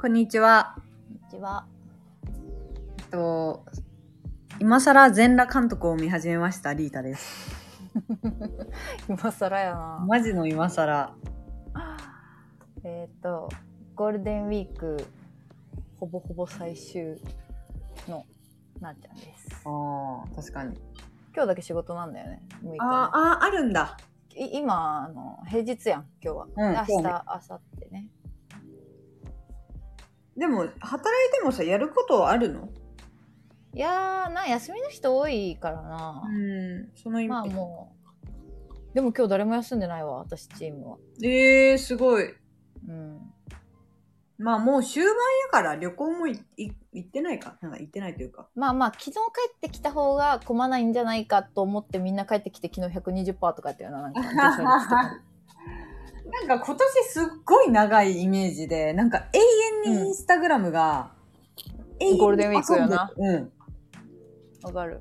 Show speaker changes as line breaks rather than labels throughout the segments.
こんにちは。
こんにちは。
えっと今更全裸監督を見始めましたリータです。
今更やな。
マジの今更。
えっ、と、ゴールデンウィーク、ほぼほぼ最終のなっちゃんです。
ああ確かに。
今日だけ仕事なんだよね、6日
あ
は。
ああるんだ。
い今あの、平日やん、今日は。
うん
明日、
そう
明
ね
後日ね。
でも働いてもさやることはあるの？
いやー、な、休みの人多いからな。
うんその意味。
まあもう。でも今日誰も休んでないわ、私チームは。
えー、すごい。
うん。
まあもう終盤やから旅行もいい行ってないかなんか行ってないというか。
まあまあ、昨日帰ってきた方が混まないんじゃないかと思ってみんな帰ってきて昨日120%とかやったよな、なんか。女子率とか
なんか今年すっごい長いイメージで、なんか永遠にインスタグラムが、永遠に
ゴールデンウィークやな
遊んでる。うん。
わかる。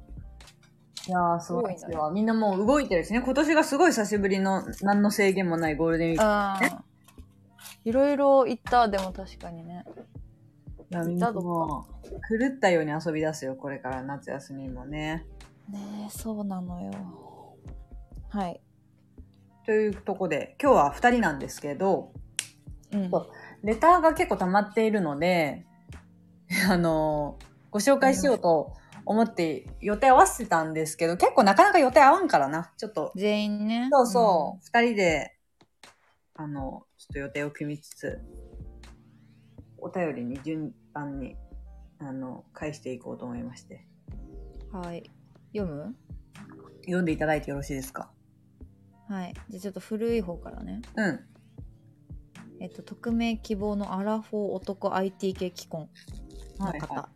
いやー、すごいですよ。みんなもう動いてるしね。今年がすごい久しぶりの何の制限もないゴールデンウィーク。
うん。いろいろ行った、でも確かにね。
いやみんなもう狂ったように遊び出すよ。これから夏休みもね。
ねえ、そうなのよ。はい。
というとこで、今日は2人なんですけど、
うん
そうレターが結構溜まっているので、 あのーご紹介しようと思って予定合わせてたんですけど、結構なかなか予定合わんからな。ちょっと、
全員ね。
そうそう、2人で、あの、ちょっと予定を組みつつ、お便りに順番に、あの、返していこうと思いまして。
うん。はい。読む
読んでいただいてよろしいですか
はい。じゃあちょっと古い方からね。
うん。
えっと、匿名希望のアラフォー男 IT 系既婚の方。
はいは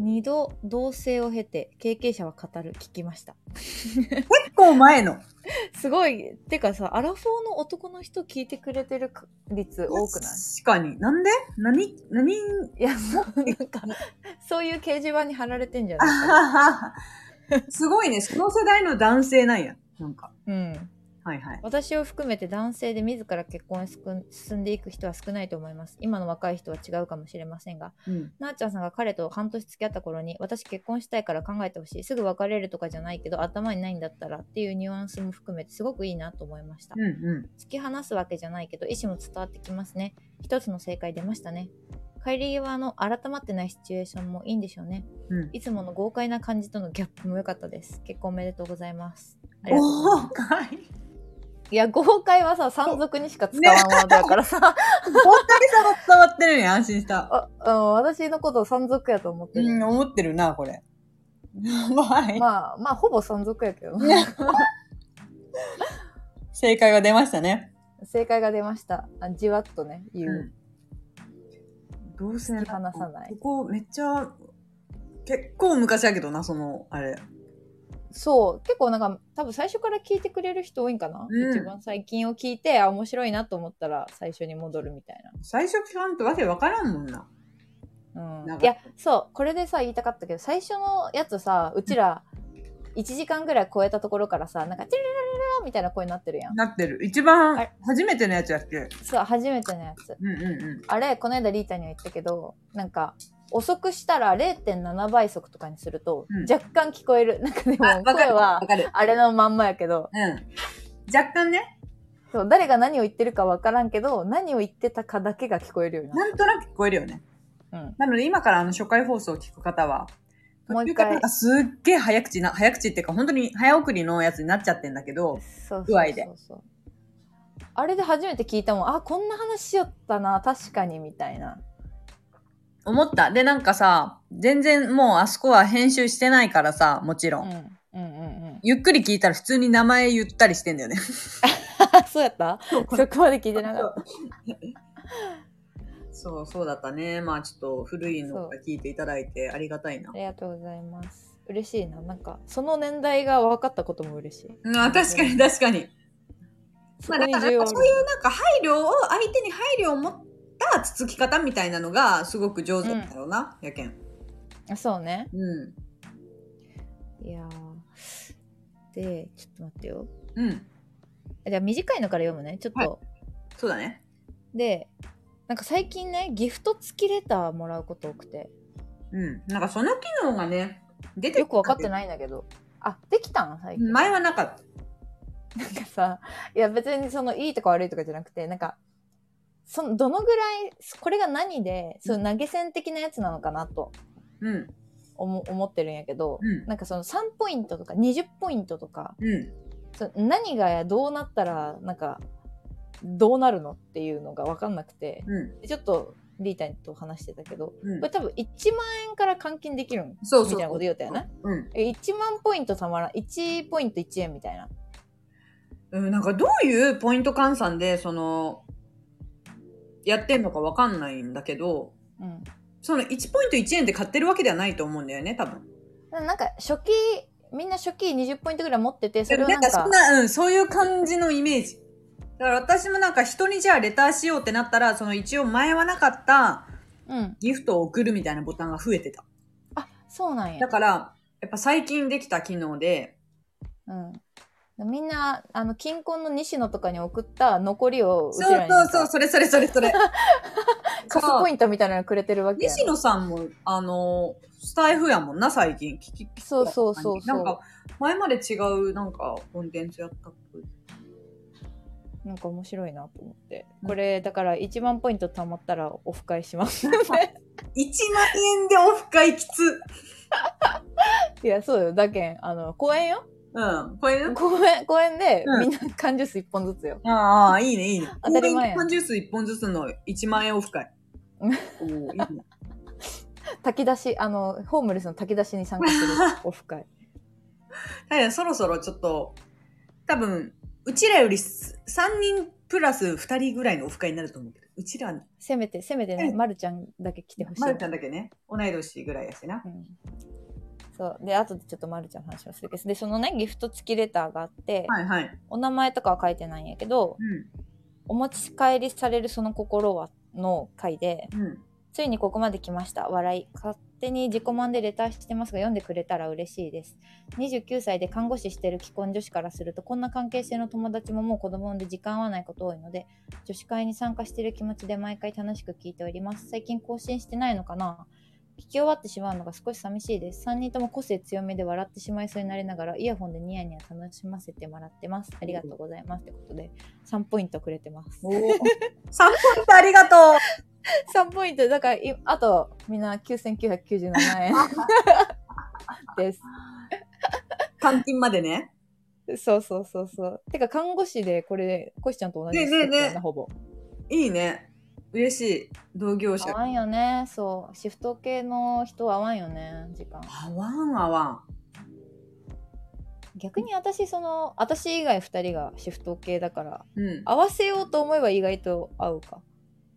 二度同棲を経て経験者は語る聞きました。
結構前の。
すごい。てかさ、アラフォーの男の人聞いてくれてる率多くない
確かに。なんで何何
いや、もうなんか、そういう掲示板に貼られてんじゃ
あ
ない
はは すごいね。その世代の男性なんや。なんか。
うん。
はいはい。
私を含めて男性で自ら結婚へすく進んでいく人は少ないと思います。今の若い人は違うかもしれませんが、
うん。
なあちゃんさんが彼と半年付き合った頃に、私結婚したいから考えてほしい。すぐ別れるとかじゃないけど、頭にないんだったらっていうニュアンスも含めてすごくいいなと思いました。
うんう
突き放すわけじゃないけど意思も伝わってきますね一つの正解出ましたね帰り際の改まってないシチュエーションもいいんでしょうね、
うん
いつもの豪快な感じとのギャップも良かったです結婚おめでとうございますあり
ん。
がとうございます
おーかい。
いや豪快はさ山賊にしか使わんワードだからさ、
本当にさが伝わってるね。安心した。
あうん私のことを山賊やと思ってる、
うん、思ってるな、これ。やばい。
まあまあほぼ山賊やけどな
正解が出ましたね。
正解が出ましたあじわっとね言う、
どうせ
突き放さない
ここめっちゃ、結構昔やけどな、その、あれ。
そう結構なんか多分最初から聞いてくれる人多いんかな、
うん
一番最近を聞いてあ面白いなと思ったら最初に戻るみたい
最初聞かんとわけわからんもんな。
な、う
なん
ん、
か
いやそうこれでさ言いたかったけど最初のやつさうちら1時間ぐらい超えたところからさなんか「チャララララ」みたいな声になってるやん
なってる。一
あ
番
れ
初めてのやつやっけ。
そう初めてのやつ
うんうんうん。
あれこの間リータには言ったけどなんか遅くしたら0.7倍速とかにすると、
うん
若干聞こえるなん かで
あ
も声は
かる。
あれのまんまやけど
うん。若干ね、
そう誰が何を言ってるか分からんけど何を言ってたかだけが聞こえるようにな
なんとなく聞こえるよね。
る、
なので今からあの初回放送を聞く方は、
も
途
う一
中から
回
なんかすっげえ早口な、早口っていうか本当に早送りのやつになっちゃってんだけ
う
ど
ん、、そうそう
具合で
そうそうあれで初めて聞いたもんあこんな話しよったな確かにみたいな
思った。で、なんかさ、全然もうあそこは編集してないからさ、もちろ
うん
ん。
うんうんうん
ゆっくり聞いたら普通に名前言ったりしてんだよね。
あそうやった
そう
そこまで聞いてなかった
そう、そうだったね。まあちょっと古いのを聞いていただいてありがたいな
あ。りがとうございます嬉しいななんかその年代が分かったことも嬉しい
うん、確かに確かに。
そ
ま
こ
あ
に
だか
重要
ら
ある
そういうなんか配慮を、相手に配慮を持ったつつき方みたいなのがすごく上手だったろうな、やけん。
あそうね
う
いやーでちょっと待ってよ
ん。うん。
じゃあ短いのから読むねちょっと、
はいそうだね。
でなんか最近ねギフト付きレターもらうこと多くて
うん。なんかその機能がね、出て
よく分かって
い。
ないんだけどあできたん最近
前はなかった。
なんかさいや別にそのいいとか悪いとかじゃなくてなんかそのどのぐらいこれが何でそう投げ銭的なやつなのかなと
うん。
思思ってるんやけど、
うん
なんかその3ポイントとか20ポイントとか
うん。
そ何がどうなったらなんかどうなるのっていうのが分かんなくて
うん。
ちょっとリータと話してたけど
う
こ
ん
れ。多分1万円から換金できるん
そう
み
そう。
たいなこと言うたよね
うん。
え1万ポイントたまらん1ポイント1円みたいな
うん。なんかどういうポイント換算で、その、やってんのかわかんないんだけど、
うん
その1ポイント1円で買ってるわけではないと思うんだよね、多分。
なんか初期みんな初期20ポイントぐらい持っててそれを
な
なんん
か
か
そんな、うん、そういう感じのイメージ。だから私もなんか人にじゃあレターしようってなったら、その一応前はなかった
うん
ギフトを送るみたいなボタンが増えてた。
あそうなんや
だから、やっぱ最近できた機能で、
うんみんなあの近婚の西野とかに送った残りをうち
そう
らに
そ
な
うん
か
そう、それそれそれそれ。
カスポイントみたいなのくれてるわけや
西野さんも、あの、スタイフやもんな、最近。聞き、聞き
そうそうそうそう
なんか、前まで違う、なんか、コンテンツやったっぽい。
なんか面白いなと思って
うん
これだから1万ポイント貯まったらオフ会しま す
1万円でオフ会きつ。
いやそうよだけんあの公園よ
うん。これね
公園公園で
うん
みんな缶ジュース1本ずつよ
ああ、いいね、いいね。
当たり前や
コンジュース1本ずつの1万円オフ会。お
うん
ーいいね。
炊き出しあのホームレスの炊き出しに参加する オフ会
ただそろそろちょっと、多分、うちらより3人プラス2人ぐらいのオフ会になると思うけど、うちら、
せめてせめてね、
うん
まるちゃんだけ来てほしい
まるちゃんだけね、同い年ぐらいやしな。
うんそうで後でちょっとまるちゃんの話をするけどでそのねギフト付きレターがあって、
はいはい。
お名前とかは書いてないんやけどお持ち帰りされるその心はの回で
うん。うん。
ついにここまで来ました笑い勝手に自己満でレターしてますが読んでくれたら嬉しいです29歳で看護師してる既婚女子からするとこんな関係性の友達ももう子供産んで時間合わないこと多いので女子会に参加してる気持ちで毎回楽しく聞いております最近更新してないのかな聞き終わってしまうのが少し寂しいです3人とも個性強めで笑ってしまいそうになりながらイヤホンでニヤニヤ楽しませてもらってますありがとうございますってことで3ポイントくれてます
おお。3ポイントありがとう
3ポイントだからいあとみんな9997円 です
監禁までね。
そうそうそうそうてか看護師でこれコシちゃんと同じ
ねえ
ス
ね
テ
え
ップやな、
ねえ
ほぼ
いいね。嬉しい。同業者
合。わんよねそうシフト系の人は合わんよね時間
合わん合わん。
逆に私その私以外2人がシフト系だから
うん。
合わせようと思えば意外と合うか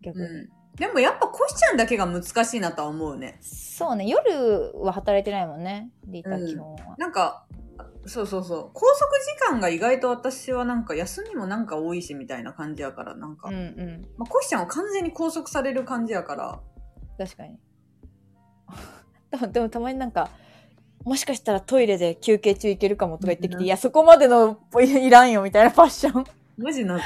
逆に、
うん。でもやっぱコシちゃんだけが難しいなとは思うね。
そうね夜は働いてないもんねリータ
うん
基本は、
なんか、そうそうそう。拘束時間が意外と私はなんか休みもなんか多いしみたいな感じやから、なんか。
うん、うんうん
まあ、コシちゃんは完全に拘束される感じやから。
確かに でもでもたまになんかもしかしたらトイレで休憩中行けるかもとか言ってきて、
うん
いやそこまでの いいらんよみたいなファッション
マジな、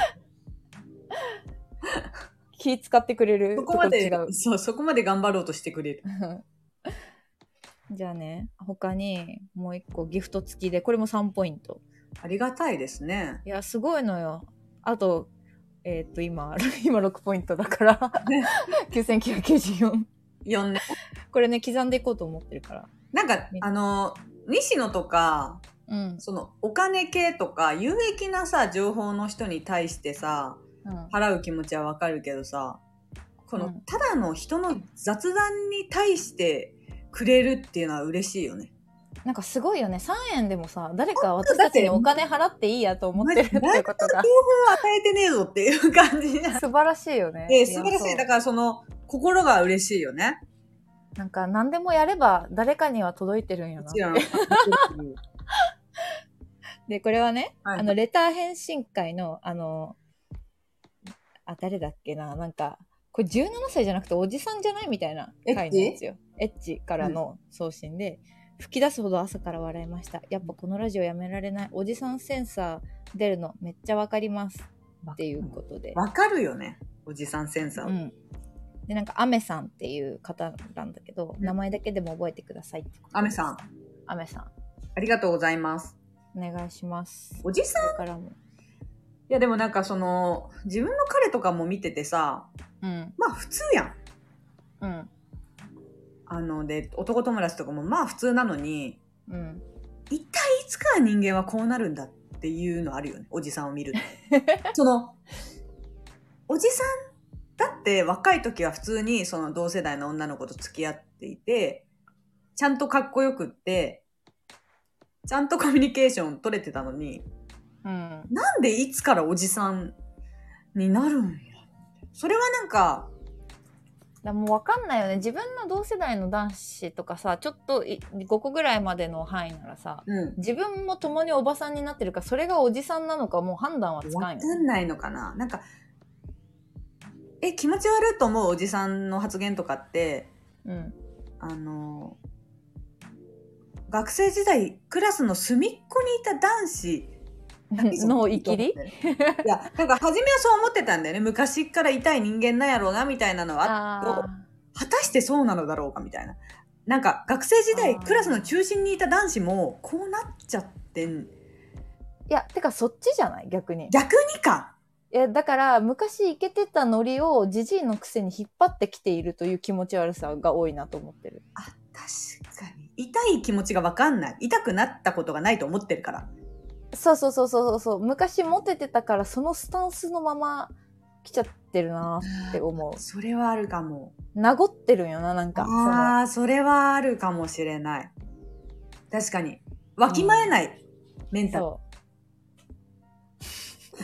気使ってくれる
そこまで
とこ違、う
そう、そこまで頑張ろうとしてくれる。
じゃあね他にもう一個ギフト付きでこれも3ポイント
ありがたいですね。
いやすごいのよあとえーっと今 今6ポイントだから
ね
9994
4ね。
これね刻んでいこうと思ってるから
なんか、あの、西野とか、
うん、
そのお金系とか有益なさ情報の人に対してさ
うん、
払う気持ちはわかるけどさこの、
うん
ただの人の雑談に対してくれるっていうのは嬉しいよね。
なんかすごいよね3円でもさ誰か私たちにお金払っていいやと思ってるっていうことが
マジ情報与えてねえぞっていう感じじゃん。
素晴ら しいよね。
で
や
素晴らしい。
そ
だ
う
からその心が嬉しいよね。
なんか何でもやれば誰かには届いてるんよ
も
な
ち。ろん。
でこれはね
はい
あのレター返信会のあのあ誰だっけななんかこれ17歳じゃなくておじさんじゃないみたいな会のやつよ。エッチからの送信で、吹き出すほど朝から笑いました。やっぱこのラジオやめられないおじさんセンサー出るのめっちゃわかりますっていうことで。
わかるよね。おじさんセンサー。
うん、でなんかアメさんっていう方なんだけど、
うん
名前だけでも覚えてくださいってことです
アメさん
アメさん
ありがとうございます。
お願いします
おじさん
これからも
いやでもなんかその、自分の彼とかも見ててさ、
うん
まあ普通やん。
うん
あの、で、男友達とかもまあ普通なのに、
うん
一体いつから人間はこうなるんだっていうのあるよね。おじさんを見ると。その、おじさんだって若い時は普通にその同世代の女の子と付き合っていて、ちゃんとかっこよくって、ちゃんとコミュニケーション取れてたのに、
うん
なんでいつからおじさんになるんや。それはなんか、
だもう分かんないよね自分の同世代の男子とかさちょっとい5個ぐらいまでの範囲ならさ
うん。
自分も共におばさんになってるからそれがおじさんなのかもう判断はつか
わか
んよね
んないのかな。なんか、え、気持ち悪いと思うおじさんの発言とかって、
うん
あの、学生時代、クラスの隅っこにいた男子
のいきり
いや、なんか初めはそう思ってたんだよね。昔から痛い人間なんやろうな、みたいなのは。
あ
果たしてそうなのだろうか、みたいな。なんか学生時代
あ、ー
クラスの中心にいた男子も、こうなっちゃってん。
ーいやてかそっちじゃない逆に
逆にか
いやだから昔イケてたノリをじじいのくせに引っ張ってきているという気持ち悪さが多いなと思ってる
確かに。痛い気持ちがわかんない。痛くなったことがないと思ってるから。
そうそうそうそうそう昔モテてたからそのスタンスのまま来ちゃってるなって思う
それはあるかも。
名残ってるんよななんか
ああ、それはあるかもしれない。確かに。わきまえない。メン
そ
タル。
のそう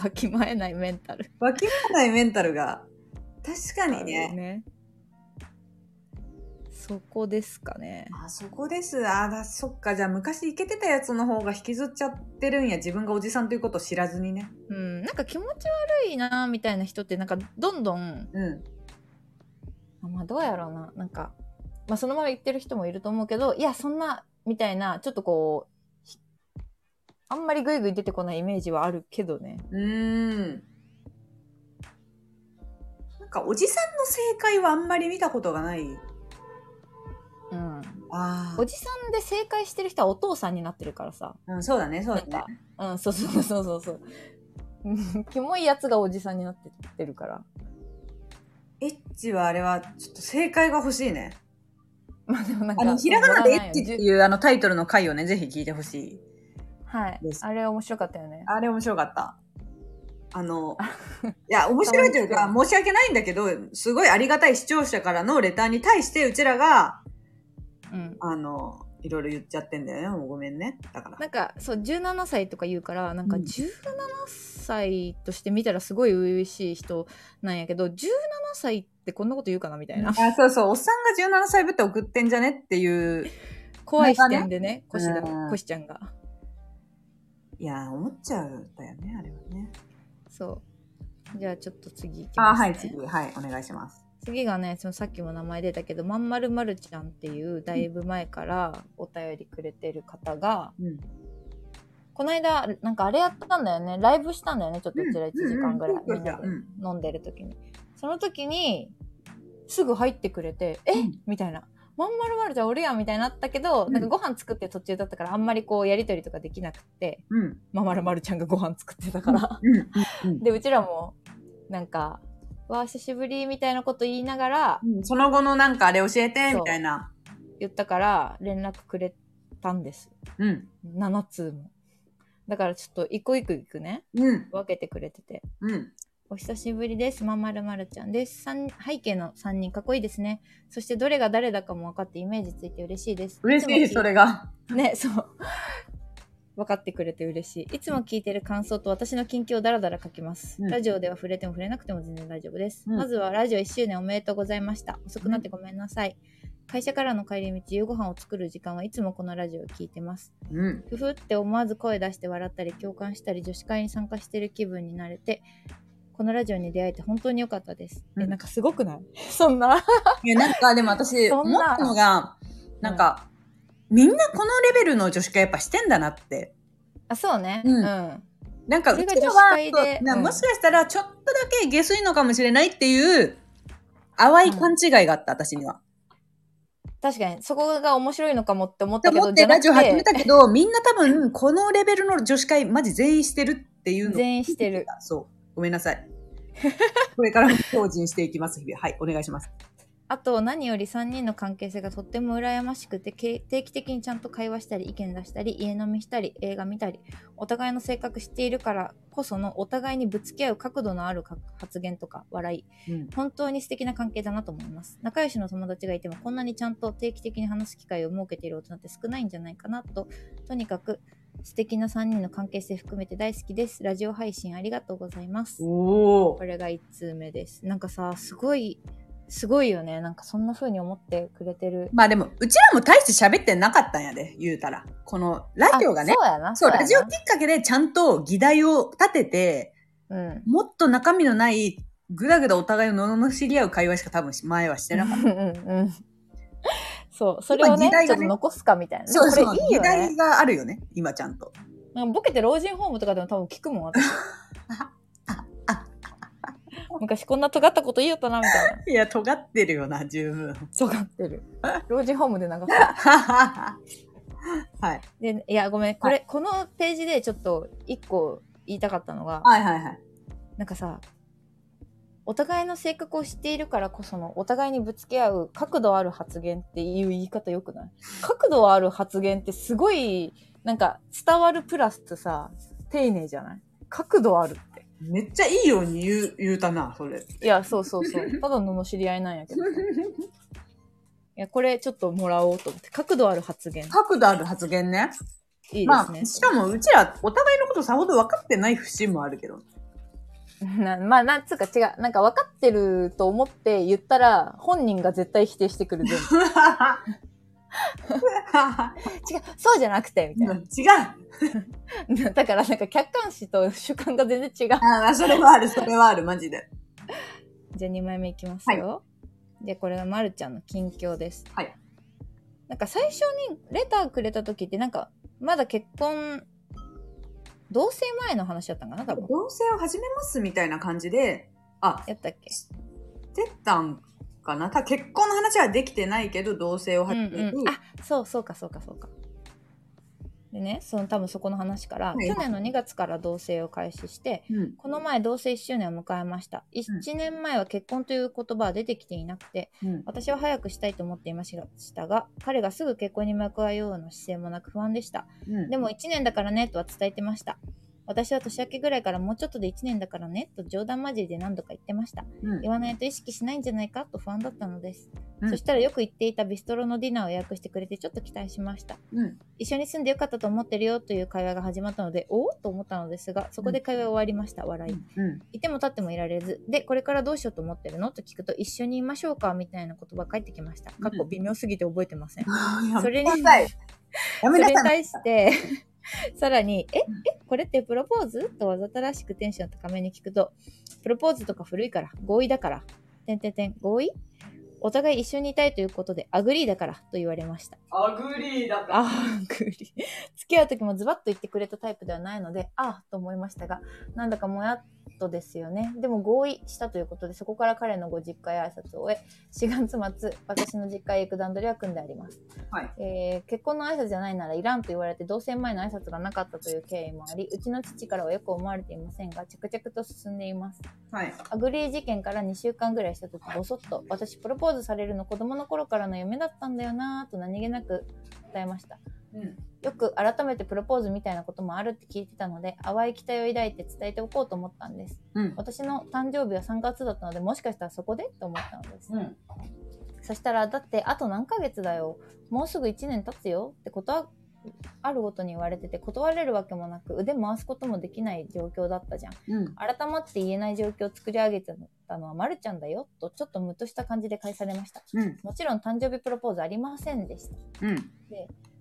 わきまえないメンタル
わきまえないメンタルが。確かにね。
そこですかね
あそこです。あだそっか。じゃあ昔イケてたやつの方が引きずっちゃってるんや。自分がおじさんということを知らずにね。
うんなんか気持ち悪いなみたいな人ってなんかどんどん
うん。
まあどうやろうななんか、まあ、そのまま言ってる人もいると思うけどいやそんなみたいなちょっとこうひあんまりグイグイ出てこないイメージはあるけどね
うーん。なんかおじさんの正解はあんまり見たことがない。
うん
あ
おじさんで正解してる人はお父さんになってるからさ
あ。うん、そうだね、そう
な
だ
ん
ね
か。うんそうそうそうそうそううん キモいやつがおじさんになってってるから
エッチはあれは、ちょっと正解が欲しいね。
まあでもなんか
あの、ひらがなでエッチって
じゅ
いうあのタイトルの回をね、ぜひ聞いてほしい。
はい
です
あれ面白かったよね
あれ面白かった。あ の、いや、面白いというか、申し訳ないんだけど、すごいありがたい視聴者からのレターに対して、うちらが、
うん
あの、いろいろ言っちゃってんだよね。もうごめんね。だから。
なんかそう17歳とか言うからなんか
うん
17歳として見たらすごい初々しい人なんやけど17歳ってこんなこと言うかなみたいな
あそうそう、おっさんが17歳ぶって送ってんじゃねっていう。
怖い視点でねコシだ
うん
コシちゃんが
いや、思っちゃうんだよね、あれはね。
そうじゃあちょっと次いき
あ、
ます、
は
ね、
い、次、はい、お願いします。
次がねそのさっきも名前出たけどまんまるまるちゃんっていうだいぶ前からお便りくれてる方が、
うん
この間なんかあれやったんだよねライブしたんだよねちょっとこちら1時間ぐら
う
い、
んうんうん
みんなで
うん
飲んでる時にその時にすぐ入ってくれて「え
うん
みたいな「まんまるまるちゃんおるやん」みたいになったけど、
うん
なんかご飯作ってる途中だったからあんまりこうやりとりとかできなくて
うん。
まんまるまるちゃんがご飯作ってたから。
うん。うん
でうちらもなんか「わあ久しぶり」みたいなこと言いながら
うんその後のなんかあれ教えて、
そう
みたいな。
言ったから連絡くれたんです
うん。
7通もだからちょっと一個一個いくね
うん。
分けてくれてて
うん。
お久しぶりです。まんまるまるちゃんです。三背景の3人かっこいいですね。そしてどれが誰だかも分かってイメージついて嬉しいです。
嬉しい、
つ
そ
も聞
れが。
ね、そう。分かってくれて嬉しい。いつも聞いてる感想と私の近況をダラダラ書きます。
うん
ラジオでは触れても触れなくても全然大丈夫です。
うん
まずはラジオ1周年おめでとうございました。遅くなってごめんなさい。会社からの帰り道、夕ご飯を作る時間はいつもこのラジオを聞いてます。
うん。
ふふって思わず声出して笑ったり共感したり女子会に参加してる気分になれてこのラジオに出会えて本当に良かったです、
うん
えなんかすごくない そんない
や、なんかでも私、
そん
思っ
な
たのが、なんか、みんなこのレベルの女子会やっぱしてんだなって。
あそうね
うん
うん、
なんか、う
それが
ちら
女子
は
会で
そうな
うん
もしかしたらちょっとだけ下水のかもしれないっていう淡い勘違いがあった、私には。
確かに、そこが面白いのかもって思っ
と
たけ
思
ど、
っ
じ
て
ゃな
ラ
く
ジオ始め
て、
たけど、みんな多分、このレベルの女子会、マジ全員してるっていうのを
全員してる。
そう。ごめんなさい。 これからも精進していきます、日々。はい、お願いします。
あと、何より3人の関係性がとっても羨ましくて、け定期的にちゃんと会話したり、意見出したり、家飲みしたり、映画見たり、お互いの性格知っているからこその、お互いにぶつけ合う角度のあるか発言とか、笑い、
うん。
本当に素敵な関係だなと思います。仲良しの友達がいても、こんなにちゃんと定期的に話す機会を設けている大人って少ないんじゃないかなと、とにかく素敵な3人の関係性含めて大好きです。ラジオ配信ありがとうございます。
お
これが1通目です。なんかさ、すごい、すごいよね。なんかそんな風に思ってくれてる。
まあでも、うちらも大して喋ってなかったんやで、言うたら。この、ラジオがね
あ、そうやな。
そう、
や
ラ
な
ジオきっかけでちゃんと議題を立てて、
うん。
もっと中身のない、ぐだぐだお互いをののしり合う会話しか多分し前はしてなかっ
うんうんうん。そう、それをね
議題
ちょ
がね
っと残すかみたいな。
た。そうそう、
これいい
議
よね
題。があるよね、今ちゃんと。
なんかボケて老人ホームとかでも多分聞くもん、私。昔こんな尖ったこと言いよったな、みたいな。
いや、 尖ってるよな、十分。
尖ってる。老人ホームで流す。
はい。はい
で、いや、ごめん。これ、このページでちょっと一個言いたかったのが、
はいはい。
なんかさ、お互いの性格を知っているからこその、お互いにぶつけ合う角度ある発言っていう言い方よくない角度ある発言ってすごい、なんか伝わるプラスさ、丁寧じゃない角度あるって。
めっちゃいいように言う、言うたな、それ。
いや、そうそうそう。ただのの知り合いなんやけど。いや、これちょっともらおうと思って。角度ある発言。
角度ある発言ね。
いいで
ます
ね。
あ、しかもうちら、お互いのことさほど分かってない節もあるけ ど。
なまあ、なんつうか違う。なんか分かってると思って言ったら、本人が絶対否定してくる全部 違う、そうじゃなくて、み
違。
たいうな。だから、なんか 客観視と主観が全然違う。
ああ、それはある、それはある、マジで。
じゃあ2枚目いきますよ。で、これがまるちゃんの近況です。
はい。
なんか最初にレターくれた時って、なんか、まだ結婚、同棲前の話だったんかな多分。
同棲を始めますみたいな感じで、あ、
やったっけ
てったんかな。た結婚の話はできてないけど、同棲を
う
始
ん
める。
うん、あそうそうかそうかそうかでねその多分そこの話から、
はい
去年の2月から同棲を開始して
うん
この前同棲1周年を迎えました
うん
1年前は結婚という言葉は出てきていなくて
うん
私は早くしたいと思っていましたが彼がすぐ結婚に向かうような姿勢もなく不安でした
うん
でも1年だからねとは伝えてました私は年明けぐらいからもうちょっとで1年だからねと冗談交じりで何度か言ってました
うん
言わないと意識しないんじゃないかと不安だったのです、
うん
そしたらよく行っていたビストロのディナーを予約してくれてちょっと期待しました
うん
一緒に住んでよかったと思ってるよという会話が始まったのでおおと思ったのですがそこで会話は終わりました、笑い
うん
いても立ってもいられずでこれからどうしようと思ってるのと聞くと一緒にいましょうかみたいな言葉が返ってきました
うん
かっこ微妙すぎて覚えてません、
や
そ
め
れに
なさい。や
そ
め
れに
なさい。
対して さらに「ええこれってプロポーズ?」とわざとらしくテンション高めに聞くと「プロポーズとか古いから合意だから」「てんてんてん合意?」お互い一緒にいたいということで「アグリーだから」と言われました
アグリーだか
あーグリ付き合う時もズバッと言ってくれたタイプではないのでああと思いましたがなんだかもやっとですよねでも合意したということでそこから彼のご実家へ挨拶を終え4月末私の実家へ行く段取りは組んであります、
はい
えー結婚の挨拶じゃないならいらんと言われて同棲前の挨拶がなかったという経緯もありうちの父からはよく思われていませんが着々と進んでいます
はい。
アグリー事件から2週間ぐらいした時ぼそっと私プロポーズされるの子供の頃からの夢だったんだよなぁと何気なく答えました
うん
よく改めてプロポーズみたいなこともあるって聞いてたので淡い期待を抱いて伝えておこうと思ったんです
うん
私の誕生日は3月だったのでもしかしたらそこでと思ったのです、
うん
そしたらだってあと何ヶ月だよもうすぐ1年経つよってことはあるごとに言われてて断れるわけもなく腕回すこともできない状況だったじゃん
うん
改まって言えない状況を作り上げてたのはまるちゃんだよとちょっとムッとした感じで返されました
うん
もちろん誕生日プロポーズありませんでした
うん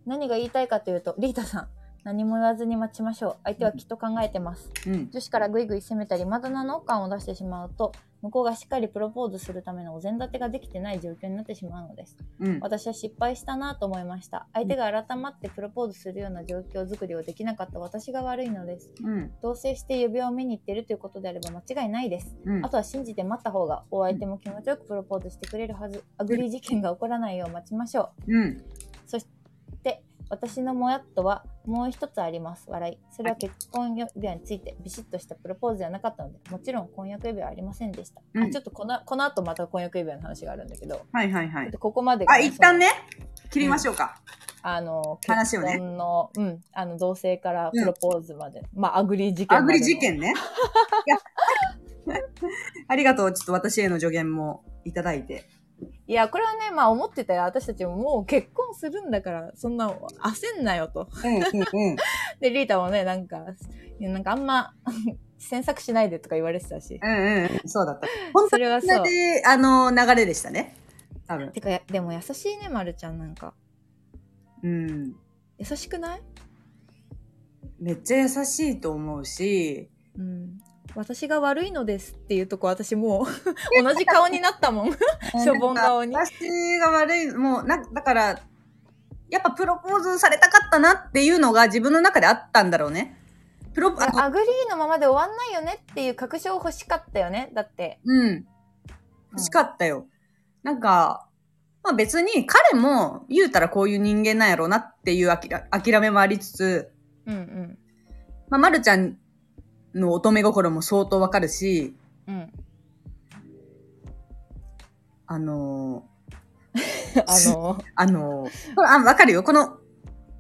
何が言いたいかというとリータ さん何も言わずに待ちましょう相手はきっと考えてます、
うん
女子からぐいぐい攻めたりまだなの感を出してしまうと向こうがしっかりプロポーズするためのお膳立てができてない状況になってしまうのです。
うん。
私は失敗したなと思いました。相手が改まってプロポーズするような状況づくりをできなかった私が悪いのです。
うん。
同棲して指輪を見に行ってるということであれば間違いないです。
うん
あ。とは信じて待った方がお相手も気持ちよくプロポーズしてくれるはず。アグリー事件が起こらないよう待ちましょう。
うん。
そして私のもやっとはもう一つあります。笑い。それは結婚指輪についてビシッとしたプロポーズではなかったので、もちろん婚約指輪はありませんでした。
うん
あちょっとこのこの後また婚約指輪の話があるんだけど、
はいはいは
ちょっ
い。
とここまでが
あ、一旦ね、切りましょうか。
あの、
話
結
をね
婚の、うん、あの、同棲からプロポーズまで、まあ、アグリ事件
ア
ま
グ
で
リ
の
事件ね。いやありがとう。ちょっと私への助言もいただいて。
いや、これはね、まあ、思ってたよ。私たちももう結婚するんだから、そんな、焦んなよと。
うんうんうん。
で、リータもね、なんか、いやなんかあんま、 詮索しないでとか言われてたし。
うんうん。そうだった。本当
そ
に
れは
そ
そう。
れで、あの、流れでしたね。多分。
てか、やでも優しいね、まるちゃんなんか。
うん。
優しくない
めっちゃ優しいと思うし、
うん。私が悪いのですっていうとこ、私もう、同じ顔になったも ん。しょぼん顔に
なんか私が悪い、もう、な、だから、やっぱプロポーズされたかったなっていうのが自分の中であったんだろうね。プロポ、あ
アグリーのままで終わんないよねっていう確証欲しかったよね。だって。
うん。欲しかったよ。なんか、まあ別に彼も言うたらこういう人間なんやろうなっていうあきら諦めもありつつ、
うんうん。
まあ、まるちゃんの乙女心も相当わかるし、
うん。
あの
あの、
ーあのーこれあ、わかるよ。この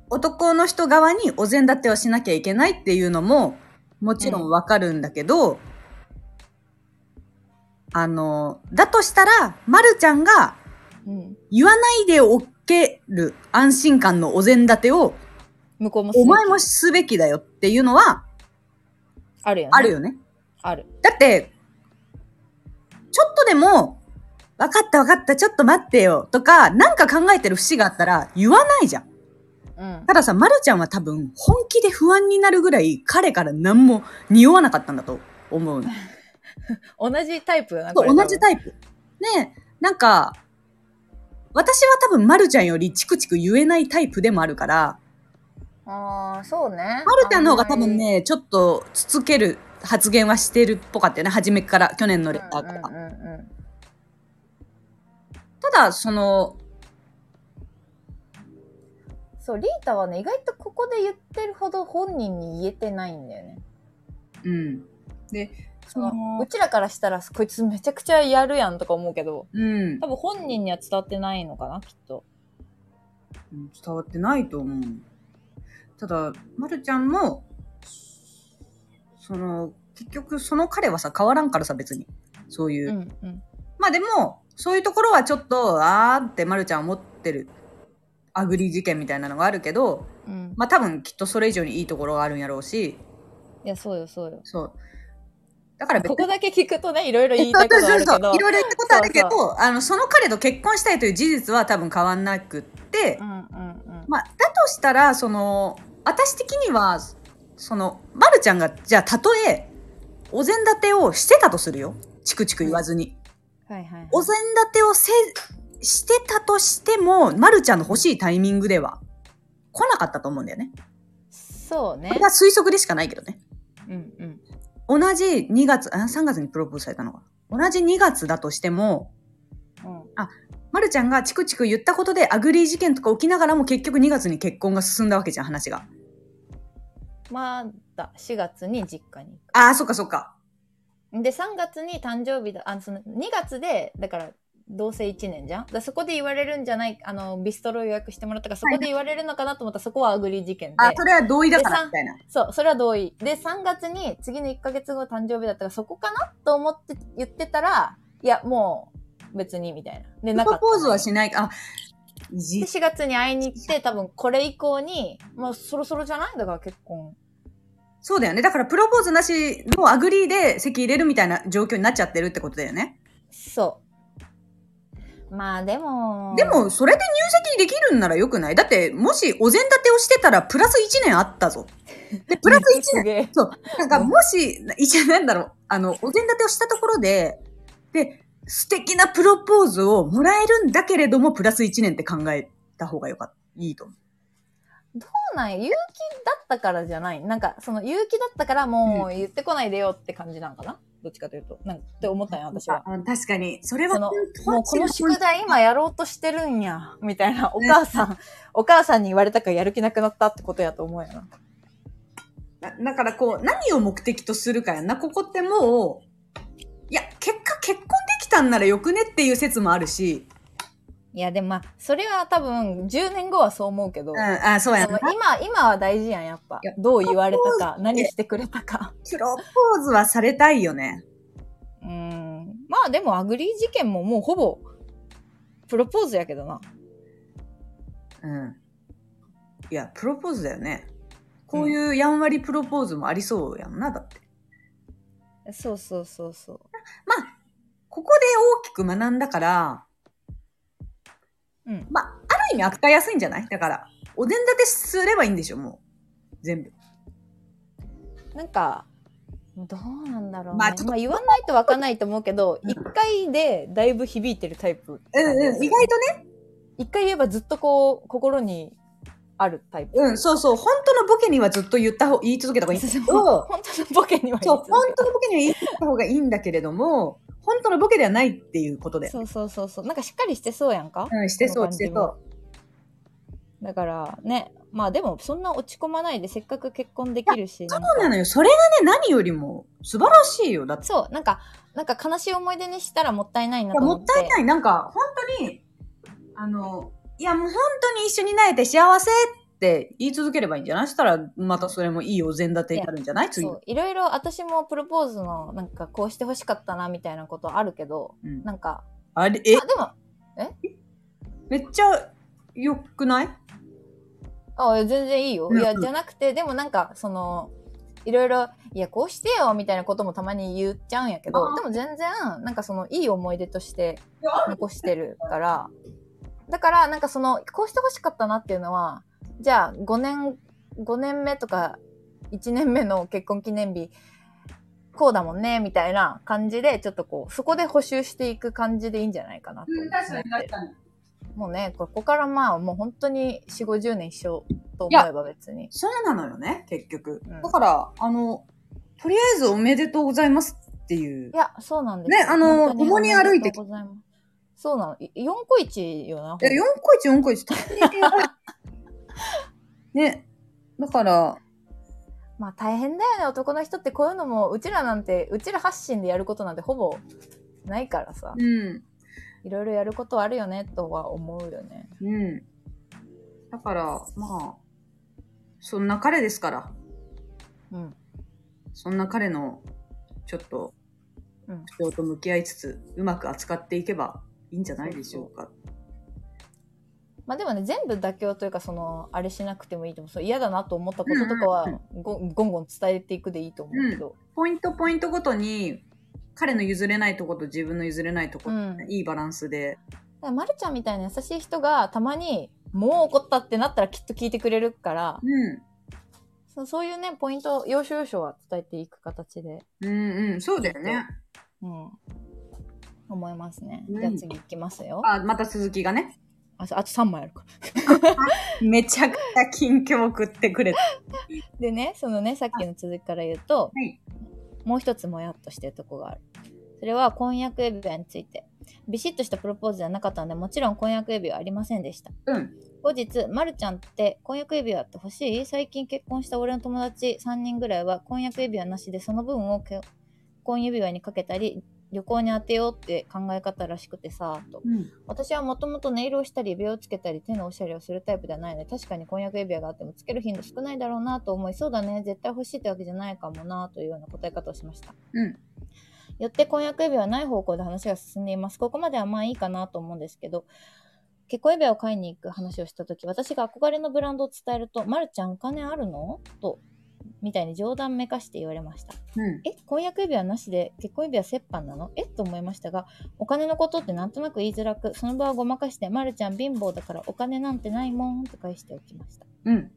男の人側にお膳立てをしなきゃいけないっていうのも、もちろんわかるんだけど、あのーだとしたら、まるちゃんが
うん、
言わないでおける安心感のお膳立てを、
向こうもすごい
お前もすべきだよっていうのは、
あるよね。
あるよね。
ある。
だって、ちょっとでも、わかったわかった、ちょっと待ってよ、とか、なんか考えてる節があったら言わないじゃん。
うん
た。ださ、まるちゃんは多分、本気で不安になるぐらい、彼から何も匂わなかったんだと思うの。
同じタイプよな、こ
そ
れ
う、同じタイプ。ねえなんか、私は多分、まるちゃんよりチクチク言えないタイプでもあるから、
ああ、そうね。
まるちゃんの方が多分ね、ちょっと、つつける発言はしてるっぽかったよね、初めから、去年の
あん
レ
まり、
ターから。
うんうんうんうん
ただ、その、
そう、リータはね、意外とここで言ってるほど本人に言えてないんだよね。
うん。で、そ
そのう
の、
ちらからしたら、こいつめちゃくちゃやるやんとか思うけど、
うん。
多分本人には伝わってないのかな、きっと。
伝わってないと思う。ただ、まるちゃんも、その、結局、その彼はさ、変わらんからさ、別に。そういうう。
んうん。
まあでも、そういうところはちょっと、あーってまるちゃんは思ってる。アグリ事件みたいなのがあるけど、
うん、
まあ多分きっとそれ以上にいいところがあるんやろうし、
いや、そうよ、そうよ。
そう。だから別
こ
に
こだけ聞くとね、いろいろ言いたいことあるけ
そうそうそう
ど
い。ろいろ言ったことあるけど
そ
あのその彼と結婚したいという事実は多分変わんなくって、
うんうんうん。
まあ、だとしたらその私的にはその、ま、るちゃんがじゃあたとえお膳立てをしてたとするよチクチク言わずに、
はいはいはい。
お膳立てをせしてたとしても、ま、るちゃんの欲しいタイミングでは来なかったと思うんだよね。
そうね
これ。は推測でしかないけどね。
うんうん。
同じ2月、あ3月にプロポーズされたのかな。同じ2月だとしても、
うん
まるちゃんがチクチク言ったことでアグリー事件とか起きながらも結局2月に結婚が進んだわけじゃん、話が。
まだ4月に実家に
ああ、そっかそっか。
行く。で、3月に誕生日だ、あその2月で、だから、同棲1年じゃんだからそこで言われるんじゃない、あの、ビストロ予約してもらったから、そこで言われるのかなと思ったら、そこはアグリ事件で。
あそれは同意だから
で
みたいな。
そう、それは同意。で、3月に次の1ヶ月後誕生日だったから、そこかなと思って言ってたら、いや、もう、別に、みたいな。で、な
プロ
かった。
ポーズはしない。あ、い
で
じ。
4月に会いに行って、多分これ以降に、もうそろそろじゃないだから結婚。
そうだよね。だからプロポーズなし、もうアグリーで席入れるみたいな状況になっちゃってるってことだよね。
そう。まあでも、
でも、それで入籍できるんならよくないだって、もしお膳立てをしてたらプラス1年あったぞ。で、プラス1
す
年。
げえ。
そう。なんか、もし、一年なんだろう。あの、お膳立てをしたところで、で、素敵なプロポーズをもらえるんだけれども、プラス1年って考えた方がよかった。いいと思う。
そうなんや勇気だったからじゃない。なんか、その勇気だったからもう言ってこないでよって感じなんかなどっちかというと。なんか、って思ったんや、私は。
あ確かに。それは
その、
本
もうこの宿題今やろうとしてるんや、みたいな。お母さ ん、お母さんに言われたからやる気なくなったってことやと思うよな。
なだからこう、何を目的とするかやんな。ここってもう、いや、結果結婚できたんならよくねっていう説もあるし、
いや、でもまあ、それは多分、10年後はそう思うけど、
うん、あ、そうや
その
な。
今、今は大事やん、やっぱ
いや。
どう言われたか、何してくれたか。
プロポーズはされたいよね。
うん。まあ、でも、アグリー事件ももうほぼ、プロポーズやけどな。
うん。いや、プロポーズだよね。こういうやんわりプロポーズもありそうやんな、だって。
そうそうそうそう。
ここで大きく学んだから、
うん。
まあ、ある意味扱いやすいんじゃないだから、お膳立てすればいいんでしょ、もう。全部。
なんか、どうなんだろう、ね。
ま
ま
あ
あ、
ちょっと
言わないとわかんないと思うけど、
うん
一、回でだいぶ響いてるタイプ。
うんうん、意外とね。
一回言えばずっとこう、心にあるタイプ。
うん、そうそう。本当のボケにはずっと言った方、言い続けた方がいいんだけど、
本当のボケには
そう、
言い続
本当のボケには言い続けた方がいいんだけれども、本当のボケではないっていうこと
け
で。
そうそうそうそう。なんかしっかりしてそうやんか。
うん、してそう、してそう。
だからね、まあでもそんな落ち込まないでせっかく結婚できるし。なんか
そうなのよ。それがね、何よりも素晴らしいよ。だって。
そう、なんか、なんか悲しい思い出にしたらもったいないない
や、
と
も
思
っ
って。
たいない。なんか、本当に、あの、いや、もう本当に一緒になれて幸せって言い続ければいいんじゃないしたら、またそれもいいお膳立てになるんじゃない次。
そういろいろ私もプロポーズのなんかこうしてほしかったなみたいなことあるけど
うん
なんか
あれ、え
あ、でも
めっちゃ良くない
あ全然いいよ。
うん
いや、じゃなくて、でもなんか、その、いろいろ、いや、こうしてよ、みたいなこともたまに言っちゃうんやけ
あ
ど、
ー
でも全然、なんかその、いい思い出として
いや
残してるから、だから、なんかその、こうしてほしかったなっていうのは、じゃあ、5年、5年目とか、1年目の結婚記念日、こうだもんね、みたいな感じで、ちょっとこう、そこで補修していく感じでいいんじゃないかなと思ってる。
かに。
もうね、ここからまあ、もう本当に4、50年一緒と思
いや
えば別に。
そうなのよね、結局。
うん
だから、あの、とりあえずおめでとうございますっていう
い。や、そうなんです
ね
よ。
あの
本当
共に歩いて
おめでとうございますそうなの。い4個1よな。
いや、4個1、4個1、ね。だから、
まあ大変だよね、男の人ってこういうのも、うちらなんて、うちら発信でやることなんてほぼないからさ、
うん。
いろいろやることはあるよね、とは思うよね。
うん。だから、まあ、そんな彼ですから、
うん。
そんな彼の、ちょっと、
うん
不況と向き合いつつ、うまく扱っていけばいいんじゃないでしょうか。
まあでもね、全部妥協というか、その、あれしなくてもいいと思う。そう嫌だなと思ったこととかは、
うんうん
ごゴンゴン伝えていくでいいと思うけど。
ポイントポイントごとに、彼の譲れないとこと自分の譲れないとこ、
うん
いいバランスで、
だからまるちゃんみたいな優しい人が、たまに、もう怒ったってなったらきっと聞いてくれるから、
うん。
そうそういうね、ポイントを要所要所は伝えていく形で、
うんうん、そうだよね。
うん、思いますね。
うん
じゃあ次いきますよ。
あ、また鈴木がね。
あそうあと3枚あるか。
めちゃくちゃ近況送ってくれた。
でね、そのね、さっきの続きから言うと、
はい
もう一つもやっとしてるとこがある。それは婚約指輪について。ビシッとしたプロポーズじゃなかったので、もちろん婚約指輪はありませんでした。
うん。
後日、ま、るちゃんって婚約指輪って欲しい最近結婚した俺の友達3人ぐらいは婚約指輪なしでその分を結婚指輪にかけたり旅行に当てようって考え方らしくてさと
うん。
私はもともとネイルをしたり指輪をつけたり手のおしゃれをするタイプではないので確かに婚約指輪があってもつける頻度少ないだろうなと思いそうだね絶対欲しいってわけじゃないかもなというような答え方をしました
うん。
よって婚約指輪はない方向で話が進んでいます。ここまではまあいいかなと思うんですけど、結婚指輪を買いに行く話をしたとき、私が憧れのブランドを伝えると、まるちゃんお金あるのと、みたいに冗談めかして言われました。
うん。
え、婚約指輪なしで結婚指輪折半なのえと思いましたが、お金のことってなんとなく言いづらく、その場はごまかして、まるちゃん貧乏だからお金なんてないもんと返しておきました。
うん。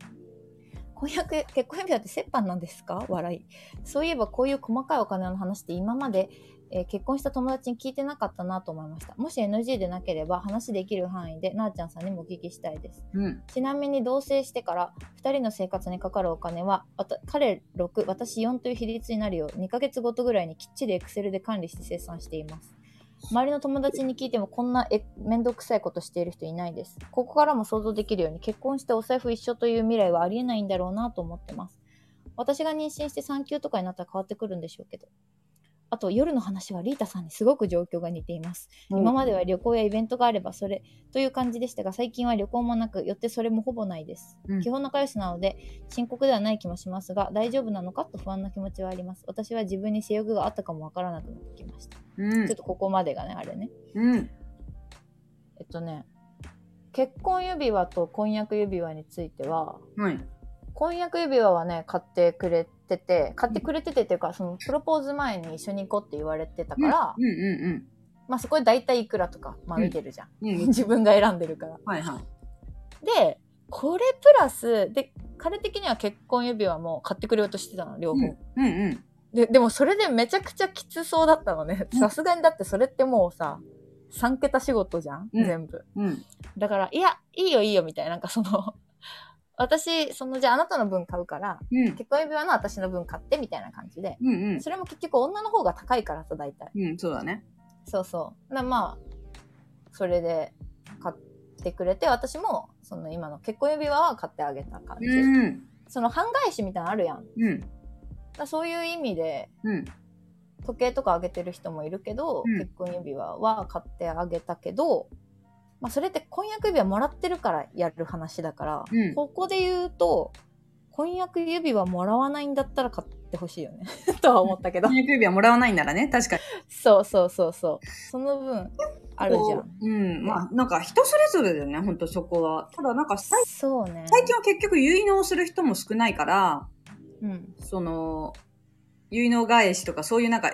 婚約結婚指輪って折半なんですか笑いそういえばこういう細かいお金の話って今まで、えー結婚した友達に聞いてなかったなと思いましたもし NG でなければ話できる範囲でなあちゃんさんにもお聞きしたいです
うん。
ちなみに同棲してから2人の生活にかかるお金はわた彼6私4という比率になるよう2ヶ月ごとぐらいにきっちり Excel で管理して生産しています周りの友達に聞いてもこんなえ面倒くさいことしている人いないですここからも想像できるように結婚してお財布一緒という未来はありえないんだろうなと思ってます私が妊娠して産休とかになったら変わってくるんでしょうけどあと夜の話はリータさんにすごく状況が似ています今までは旅行やイベントがあればそれという感じでしたが最近は旅行もなくよってそれもほぼないです、
うん
基本仲良しなので深刻ではない気もしますが大丈夫なのかと不安な気持ちはあります私は自分に性欲があったかもわからなくなってきました、
うん
ちょっとここまでがねあれね
うん。
えっとね結婚指輪と婚約指輪については
はい。
婚約指輪はね買ってくれてて買ってくれててっていうかそのプロポーズ前に一緒に行こうって言われてたから、
うんう
まあそこで大体いくらとか、まあ、見てるじゃん、
んうん。うん。
自分が選んでるから
はいはい。
でこれプラスで彼的には結婚指輪も買ってくれようとしてたの両
う
方、
んうん
ででもそれでめちゃくちゃきつそうだったのね
うん
さすがにだってそれってもうさ3桁仕事じゃん、
うん
全部
うん。うん。
だからいやいいよいいよみたいななんかその 私そのじゃああなたの分買うから
うん。
結婚指輪の私の分買ってみたいな感じで
うんうん。
それも結局女の方が高いからさ大体
うん、そうだね。
そうそう。なまあ、それで買ってくれて、私も、その今の結婚指輪は買ってあげた感じ。
うん。
その半返しみたいなのあるやん。だか
うん。
らそういう意味で、
うん。
時計とかあげてる人もいるけど、
うん
結婚指輪は買ってあげたけど、まあそれって婚約指輪もらってるからやる話だから、
うん
ここで言うと、婚約指輪もらわないんだったら買ってほしいよね。とは思ったけど
婚。約指輪もらわないんならね、確かに。
そうそうそうそう。その分、あるじゃ
こ
ん。
う。うん。まあ、なんか人それぞれだよね、ほんとそこは。ただなんか最
そうね。
最近は結局結納する人も少ないから、
うん。
その、結納返しとかそういうなんか、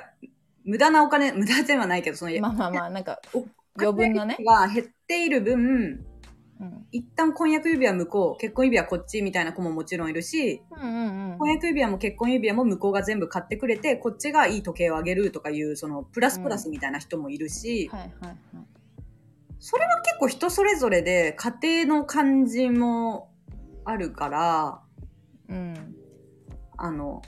無駄なお金、無駄ではないけど、その、
まあまあまあ、なんか
お、
余分なね。
が減っている分、
うん。
一旦婚約指輪向こう、結婚指輪こっちみたいな子ももちろんいるし、
うんうんうん。
婚約指輪も結婚指輪も向こうが全部買ってくれて、こっちがいい時計をあげるとかいう、その、プラスプラスみたいな人もいるし、
はいはいはい。
それは結構人それぞれで、家庭の感じもあるから、
うん。
あの、